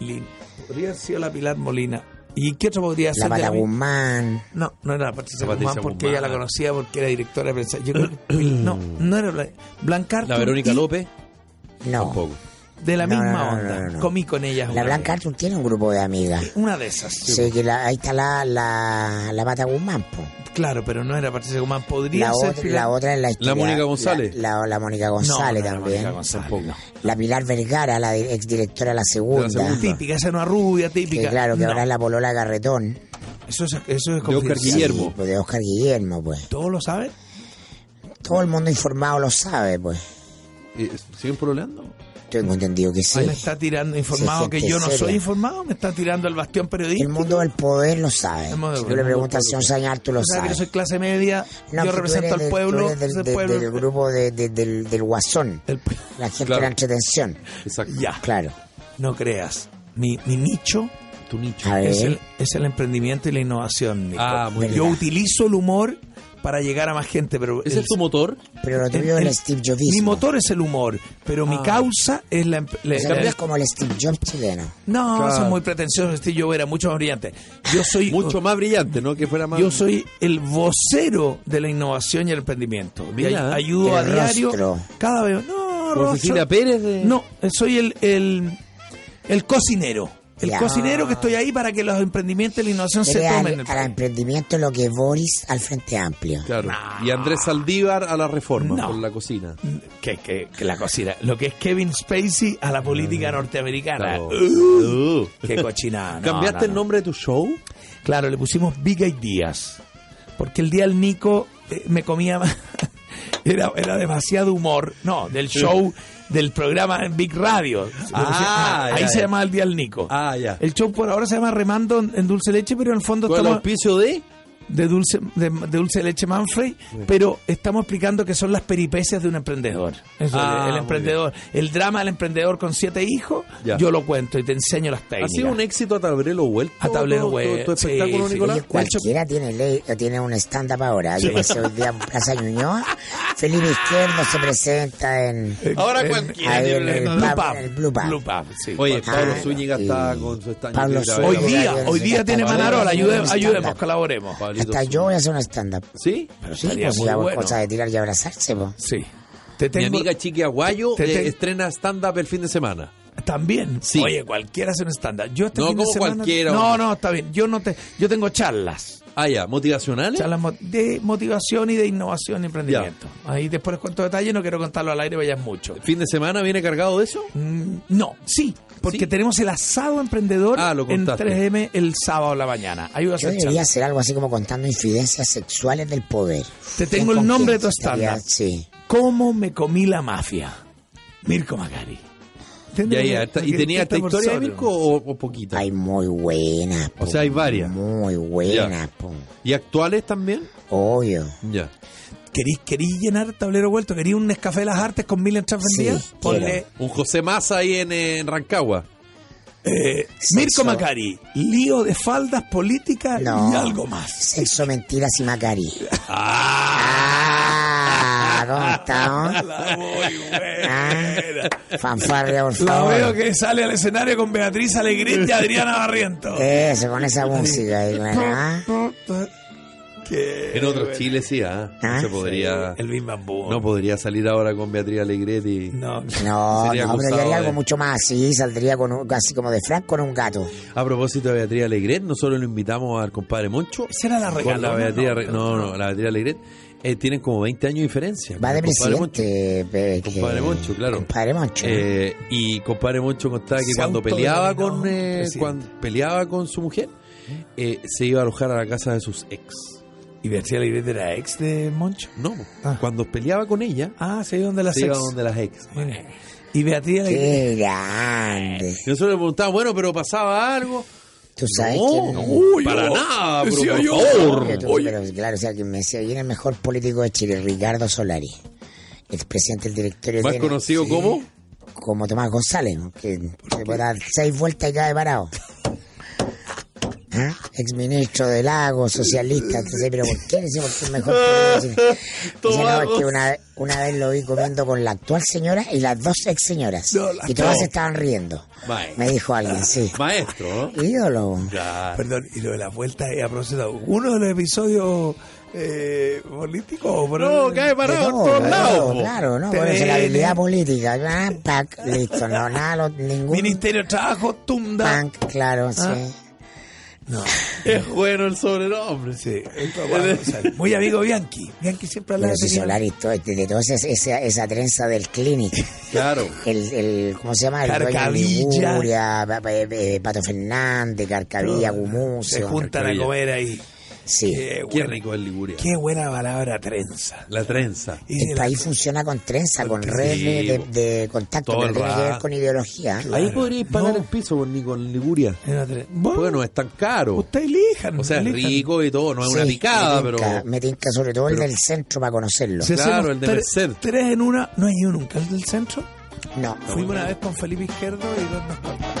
S1: Lin- Podría haber sido la Pilar Molina. ¿Y qué otro podría
S3: la
S1: ser? de
S3: Pata
S1: la mi-
S3: Guzmán.
S1: No, no era la Patricia
S2: La Patricia
S1: Guzmán porque
S2: Guzmán.
S1: ella la conocía porque era directora de prensa. Yo creo que- no, no era Blan- Blanca Artur
S2: La Verónica
S1: y
S2: López,
S3: No.
S2: tampoco.
S1: De la
S3: No,
S1: misma
S3: no, no, no,
S1: onda.
S3: no, no.
S1: Comí con ella.
S3: La Blanca Artur tiene un grupo de amigas.
S1: Una de esas.
S3: Sí, que la- ahí está la, la, la Pata Guzmán, po.
S1: Claro, pero no era Patricia Guzmán. Podría
S3: La,
S1: ser
S3: otra-
S1: Pilar-
S3: la otra es la historia.
S2: Mónica González.
S3: La, la, la Mónica
S1: No, no
S3: González
S1: era
S3: también.
S1: Mónica González, no.
S3: La Pilar Vergara, la di- exdirectora de la segunda.
S2: segunda.
S1: Típica, esa no es rubia,
S3: Que
S1: típica.
S3: claro, que
S1: No,
S3: ahora es la Polola Garretón.
S1: Eso es, eso es
S2: Oscar
S1: confidencial.
S2: Guillermo.
S3: Sí, pues, de Oscar Guillermo, pues.
S1: ¿Todos lo saben?
S3: Todo el mundo informado lo sabe, pues.
S2: Eh, ¿Siguen pololeando?
S3: Tengo entendido que sí.
S1: Ahí me está tirando informado
S3: Sí,
S1: que
S3: gente
S1: yo no
S3: seria.
S1: soy informado, me está tirando el bastión
S3: El
S1: periodista.
S3: mundo del poder lo sabe. Si
S1: El mundo del
S3: tú
S1: poder,
S3: le
S1: el mundo
S3: preguntas
S1: del
S3: a un señal, tú lo
S1: O sea, que yo
S3: sabes.
S1: soy clase media,
S3: No,
S1: yo
S3: que tú
S1: represento
S3: eres
S1: al
S3: del-
S1: pueblo,
S3: tú eres
S1: ese
S3: del, del-
S1: pueblo-
S3: del grupo de- de- del, del guasón.
S1: el pue-
S3: La gente
S2: Claro.
S3: de la entretención.
S2: Exacto.
S1: ya,
S3: Claro.
S1: no creas. Mi, mi nicho
S2: Tu nicho.
S3: A ver.
S1: es el, es el emprendimiento y la innovación. Nico.
S2: Ah, muy
S1: yo
S3: bien.
S1: utilizo el humor para llegar a más gente, pero
S2: ¿Ese
S1: el-
S2: es tu motor?
S3: Pero lo tuyo
S1: el-
S3: es
S1: el-
S3: el Steve Jobismo.
S1: mi motor es el humor, pero mi
S2: Ah.
S1: causa es la... em- la-
S3: O sea,
S1: la-
S3: tú eres como el Steve Jobs chileno.
S1: no,
S2: Claro.
S1: son muy pretenciosos, este yo era mucho más brillante. Yo soy...
S2: Mucho más brillante, ¿no? Que fuera más.
S1: Yo soy el vocero de la innovación y el emprendimiento. Y
S2: Mira.
S1: ay- ayudo a
S3: El
S1: diario.
S3: rostro.
S1: Cada vez. No,
S2: Como
S1: rostro.
S2: Cecilia Pérez de-
S1: No, soy el, el, el cocinero. El
S3: Ya.
S1: cocinero que estoy ahí para que los emprendimientos y la innovación se
S3: Eres
S1: tomen.
S3: al, al emprendimiento lo que Boris al Frente Amplio.
S2: Claro. Y Andrés Saldívar a la reforma
S1: No.
S2: por la cocina.
S1: Que, que- que la cocina. Lo que es Kevin Spacey a la política norteamericana.
S2: Mm. Claro. Uh.
S1: Qué cochinada. No,
S2: ¿Cambiaste
S1: no,
S2: el
S1: no.
S2: nombre de tu show?
S1: Claro, le pusimos Big Ideas. Porque el día del Nico eh, me comía. era, era demasiado humor. No, del show, del programa en Big Radio. Le pusieron-
S2: Ah,
S1: ahí
S2: ya,
S1: se
S2: ya.
S1: llamaba el día del Nico.
S2: Ah, ya.
S1: El show por ahora se llama Remando en en Dulce Leche, pero en el fondo
S2: ¿Con el
S1: estamos.
S2: auspicio de?
S1: De dulce, de, de dulce Leche Manfred, pero estamos explicando que son las peripecias de un emprendedor. Eso,
S2: Ah,
S1: el
S2: muy
S1: emprendedor, el drama del emprendedor con siete hijos,
S2: Ya.
S1: yo lo cuento y te enseño las
S2: ¿Ha
S1: técnicas.
S2: sido un éxito a tablero vuelto?
S1: A tablero
S2: todo-
S1: vuelto,
S2: todo tu espectáculo,
S1: sí, sí.
S2: Nicolás?
S1: Oye,
S3: Cualquiera tiene ley, eh, tiene un stand-up ahora. Yo pasé hoy día en Plaza Ñuñoa. Felipe Izquierdo se presenta en...
S2: Ahora
S1: cualquiera.
S3: ahí en el
S1: Blue
S3: pub,
S1: Pub.
S3: en el Blue Pub.
S1: sí.
S2: Oye,
S3: Ah,
S2: Pablo Zúñiga
S3: y-
S2: está con su estaño.
S3: Pablo
S2: Mira,
S1: hoy
S3: Zúñiga.
S2: mira,
S1: día,
S3: Gabriel,
S1: hoy día
S3: Gabriel,
S1: tiene
S2: Gabriel,
S1: Manarola,
S2: Gabriel,
S1: ayudemos,
S3: Gabriel,
S1: ayudemos,
S3: Gabriel.
S1: colaboremos.
S2: Pablito
S3: Hasta yo
S2: Zúñiga.
S3: voy a hacer un stand-up.
S2: ¿Sí?
S1: Pero
S3: Sí,
S1: estaría
S3: pues
S1: muy
S3: ya
S1: bueno.
S3: cosa de tirar y abrazarse, pues. po.
S1: Sí. Te
S2: Mi
S1: tengo
S2: amiga Chiqui Aguayo
S1: Te- te-
S2: eh, estrena stand-up el fin de semana.
S1: también.
S2: Sí.
S1: Oye, cualquiera hace un estándar. Yo este
S2: No,
S1: fin de
S2: como
S1: semana-
S2: cualquiera,
S1: No,
S2: hombre.
S1: no, está bien. Yo no te yo tengo charlas,
S2: Ah, ya, motivacionales.
S1: charlas mo- de motivación y de innovación y emprendimiento. Ahí después les cuento detalles, no quiero contarlo al aire, vayas mucho.
S2: ¿El fin de semana viene cargado de eso?
S1: Mm, No, sí, porque
S2: Sí.
S1: tenemos el asado emprendedor
S2: Ah, lo
S1: en
S2: contaste.
S1: 3M el sábado a la mañana. Ahí voy
S3: Yo
S1: a hacer
S3: debería
S1: charlas.
S3: hacer algo así como contando infidencias sexuales del poder.
S1: Te tengo el
S3: ¿Con
S1: nombre de
S3: quién
S1: tu
S3: estaría?
S1: estándar.
S3: Sí.
S1: ¿Cómo me comí la mafia? Mirko Macari.
S2: Ya, ya. está- ¿Y tenía esta historia de Mirko o, o poquita?
S3: Hay muy buenas, po.
S2: O sea, hay varias.
S3: Muy buenas, po.
S2: ¿Y actuales también?
S3: Obvio.
S2: Ya.
S1: ¿Querís, querís llenar tablero vuelto? ¿Querís un Nescafé de las Artes con mil entradas
S3: Sí,
S1: vendidas?
S3: quiero.
S1: Ponle
S2: Un José Massa ahí en, en Rancagua.
S1: eh,
S3: Sexo.
S1: Mirko Macari, lío de faldas políticas
S3: No.
S1: y algo más.
S3: Sexo, mentiras y Macari. Ah, ¿cómo estamos?
S1: La voy,
S3: Ah,
S1: buena.
S3: fanfarria, por
S1: La
S3: favor.
S1: veo que sale al escenario con Beatriz Alegría y Adriana Barriento.
S2: Eh.
S3: Eso, con Eh, esa música. ahí, ¿verdad?
S1: Qué
S2: En otro
S1: buena.
S2: Chile sí, ¿ah?
S3: Ah,
S2: No se podría...
S1: El Big Bamboo.
S2: No podría salir ahora con Beatriz Alegretti.
S1: no,
S3: No,
S2: Sería
S3: no, pero yo
S2: acusado
S3: haría
S2: de-
S3: algo mucho más así. Saldría con un, así como de Frank con un gato.
S2: A propósito de Beatriz Alegret, nosotros lo invitamos al compadre Moncho.
S1: Esa era la
S2: Con la
S1: regalona,
S2: Beatriz,
S1: ¿no?
S2: Arre- no, no, la Beatriz Alegret. eh, tienen como 20 años de diferencia.
S3: Va de
S2: con el compadre Moncho.
S3: presidente. eh,
S2: Compadre
S3: que-
S2: Moncho, claro.
S3: Compadre Moncho.
S2: Eh, y compadre Moncho contaba que
S1: Se
S2: cuando peleaba con
S1: autodenominó
S2: eh,
S1: presidente.
S2: cuando peleaba con su mujer, eh, se iba a alojar a la casa de sus ex.
S1: ¿Y Beatriz Alegría era ex de Moncho?
S2: No,
S1: Ah.
S2: cuando peleaba con ella,
S1: Ah, se iba donde las
S2: se iba
S1: ex.
S2: donde las ex.
S1: Mira. Y Beatriz Alegría.
S3: Qué grande.
S2: Y nosotros le preguntábamos, bueno, pero pasaba algo.
S3: Tú Pues, sabes
S2: No, no,
S3: que...
S2: para nada, pero
S1: Decía
S2: por
S1: yo.
S2: favor.
S3: Pero, tú- pero, claro, o sea, que me decía, viene el mejor político de Chile, Ricardo Solari, expresidente del directorio
S2: Más
S3: de-
S2: conocido
S3: Sí,
S2: como
S3: como Tomás González, ¿no? que se puede dar seis vueltas y cae parado. ¿Ah? Exministro del Lago, socialista, entonces, pero ¿por qué? Dice, ¿por qué es mejor político de Chile? Dice, no, es que una, una vez lo vi comiendo con la actual señora y las dos ex señoras.
S1: No, las
S3: y todas
S2: dos.
S3: se estaban riendo.
S2: Vale.
S3: Me dijo alguien, sí.
S2: maestro, ¿no?
S3: Ídolo.
S2: Ya.
S1: Perdón, y lo de la vuelta eh, a propósito. Uno de los episodios eh, políticos. o por-
S2: No, cae parado
S3: De
S2: en
S3: todo,
S2: todos
S3: de
S2: lados.
S3: todo,
S2: po.
S3: Claro, ¿no?
S1: Te
S3: Por eso la
S1: ven,
S3: habilidad
S1: eh.
S3: política. Ah, pac, listo, no, nada, lo- ningún
S1: Ministerio de Trabajo, Tunda.
S3: punk, claro,
S2: ¿ah?
S3: sí.
S1: Ah, No,
S2: Es bueno el sobrenombre.
S1: sí. esto va a pasar. Muy amigo Bianchi. Bianchi siempre habla
S3: Pero
S1: de
S3: si
S1: opinión.
S3: Solari, todo, este, de, de toda esa, esa, esa trenza del Clinic,
S2: Claro.
S3: el, el, ¿cómo se llama? El dueño de
S1: Carcavilla.
S3: Liguria, pa- pa- eh, Pato Fernández, eh, Carcavilla, Gumucio.
S1: Se juntan a comer ahí.
S3: Sí.
S1: Qué,
S2: Qué
S1: buena,
S2: rico es Liguria.
S1: qué buena palabra trenza.
S2: La trenza.
S1: Y
S3: El
S1: la-
S3: país funciona con trenza, con redes de, de- de contacto,
S2: Todo
S3: pero
S2: el
S3: tiene que ver
S2: rato.
S3: con ideología.
S2: Ahí podríais pagar
S1: No.
S2: el piso, pues, Nico, en Liguria.
S1: era tre- Bueno,
S2: Bueno, no es tan caro.
S1: usted elijan.
S2: O sea, es
S1: elijan.
S2: rico y todo, no es una
S3: Sí,
S2: picada,
S3: me
S2: pero...
S3: tinca, me tinca sobre todo el
S2: pero-
S3: del centro para conocerlo.
S1: Si
S2: Claro,
S1: hacemos
S2: el de
S1: tre-
S2: Merced.
S1: Tres en una, no hay ido nunca al del centro.
S3: No.
S1: Fuimos una vez con Felipe Izquierdo y dos nos cortamos.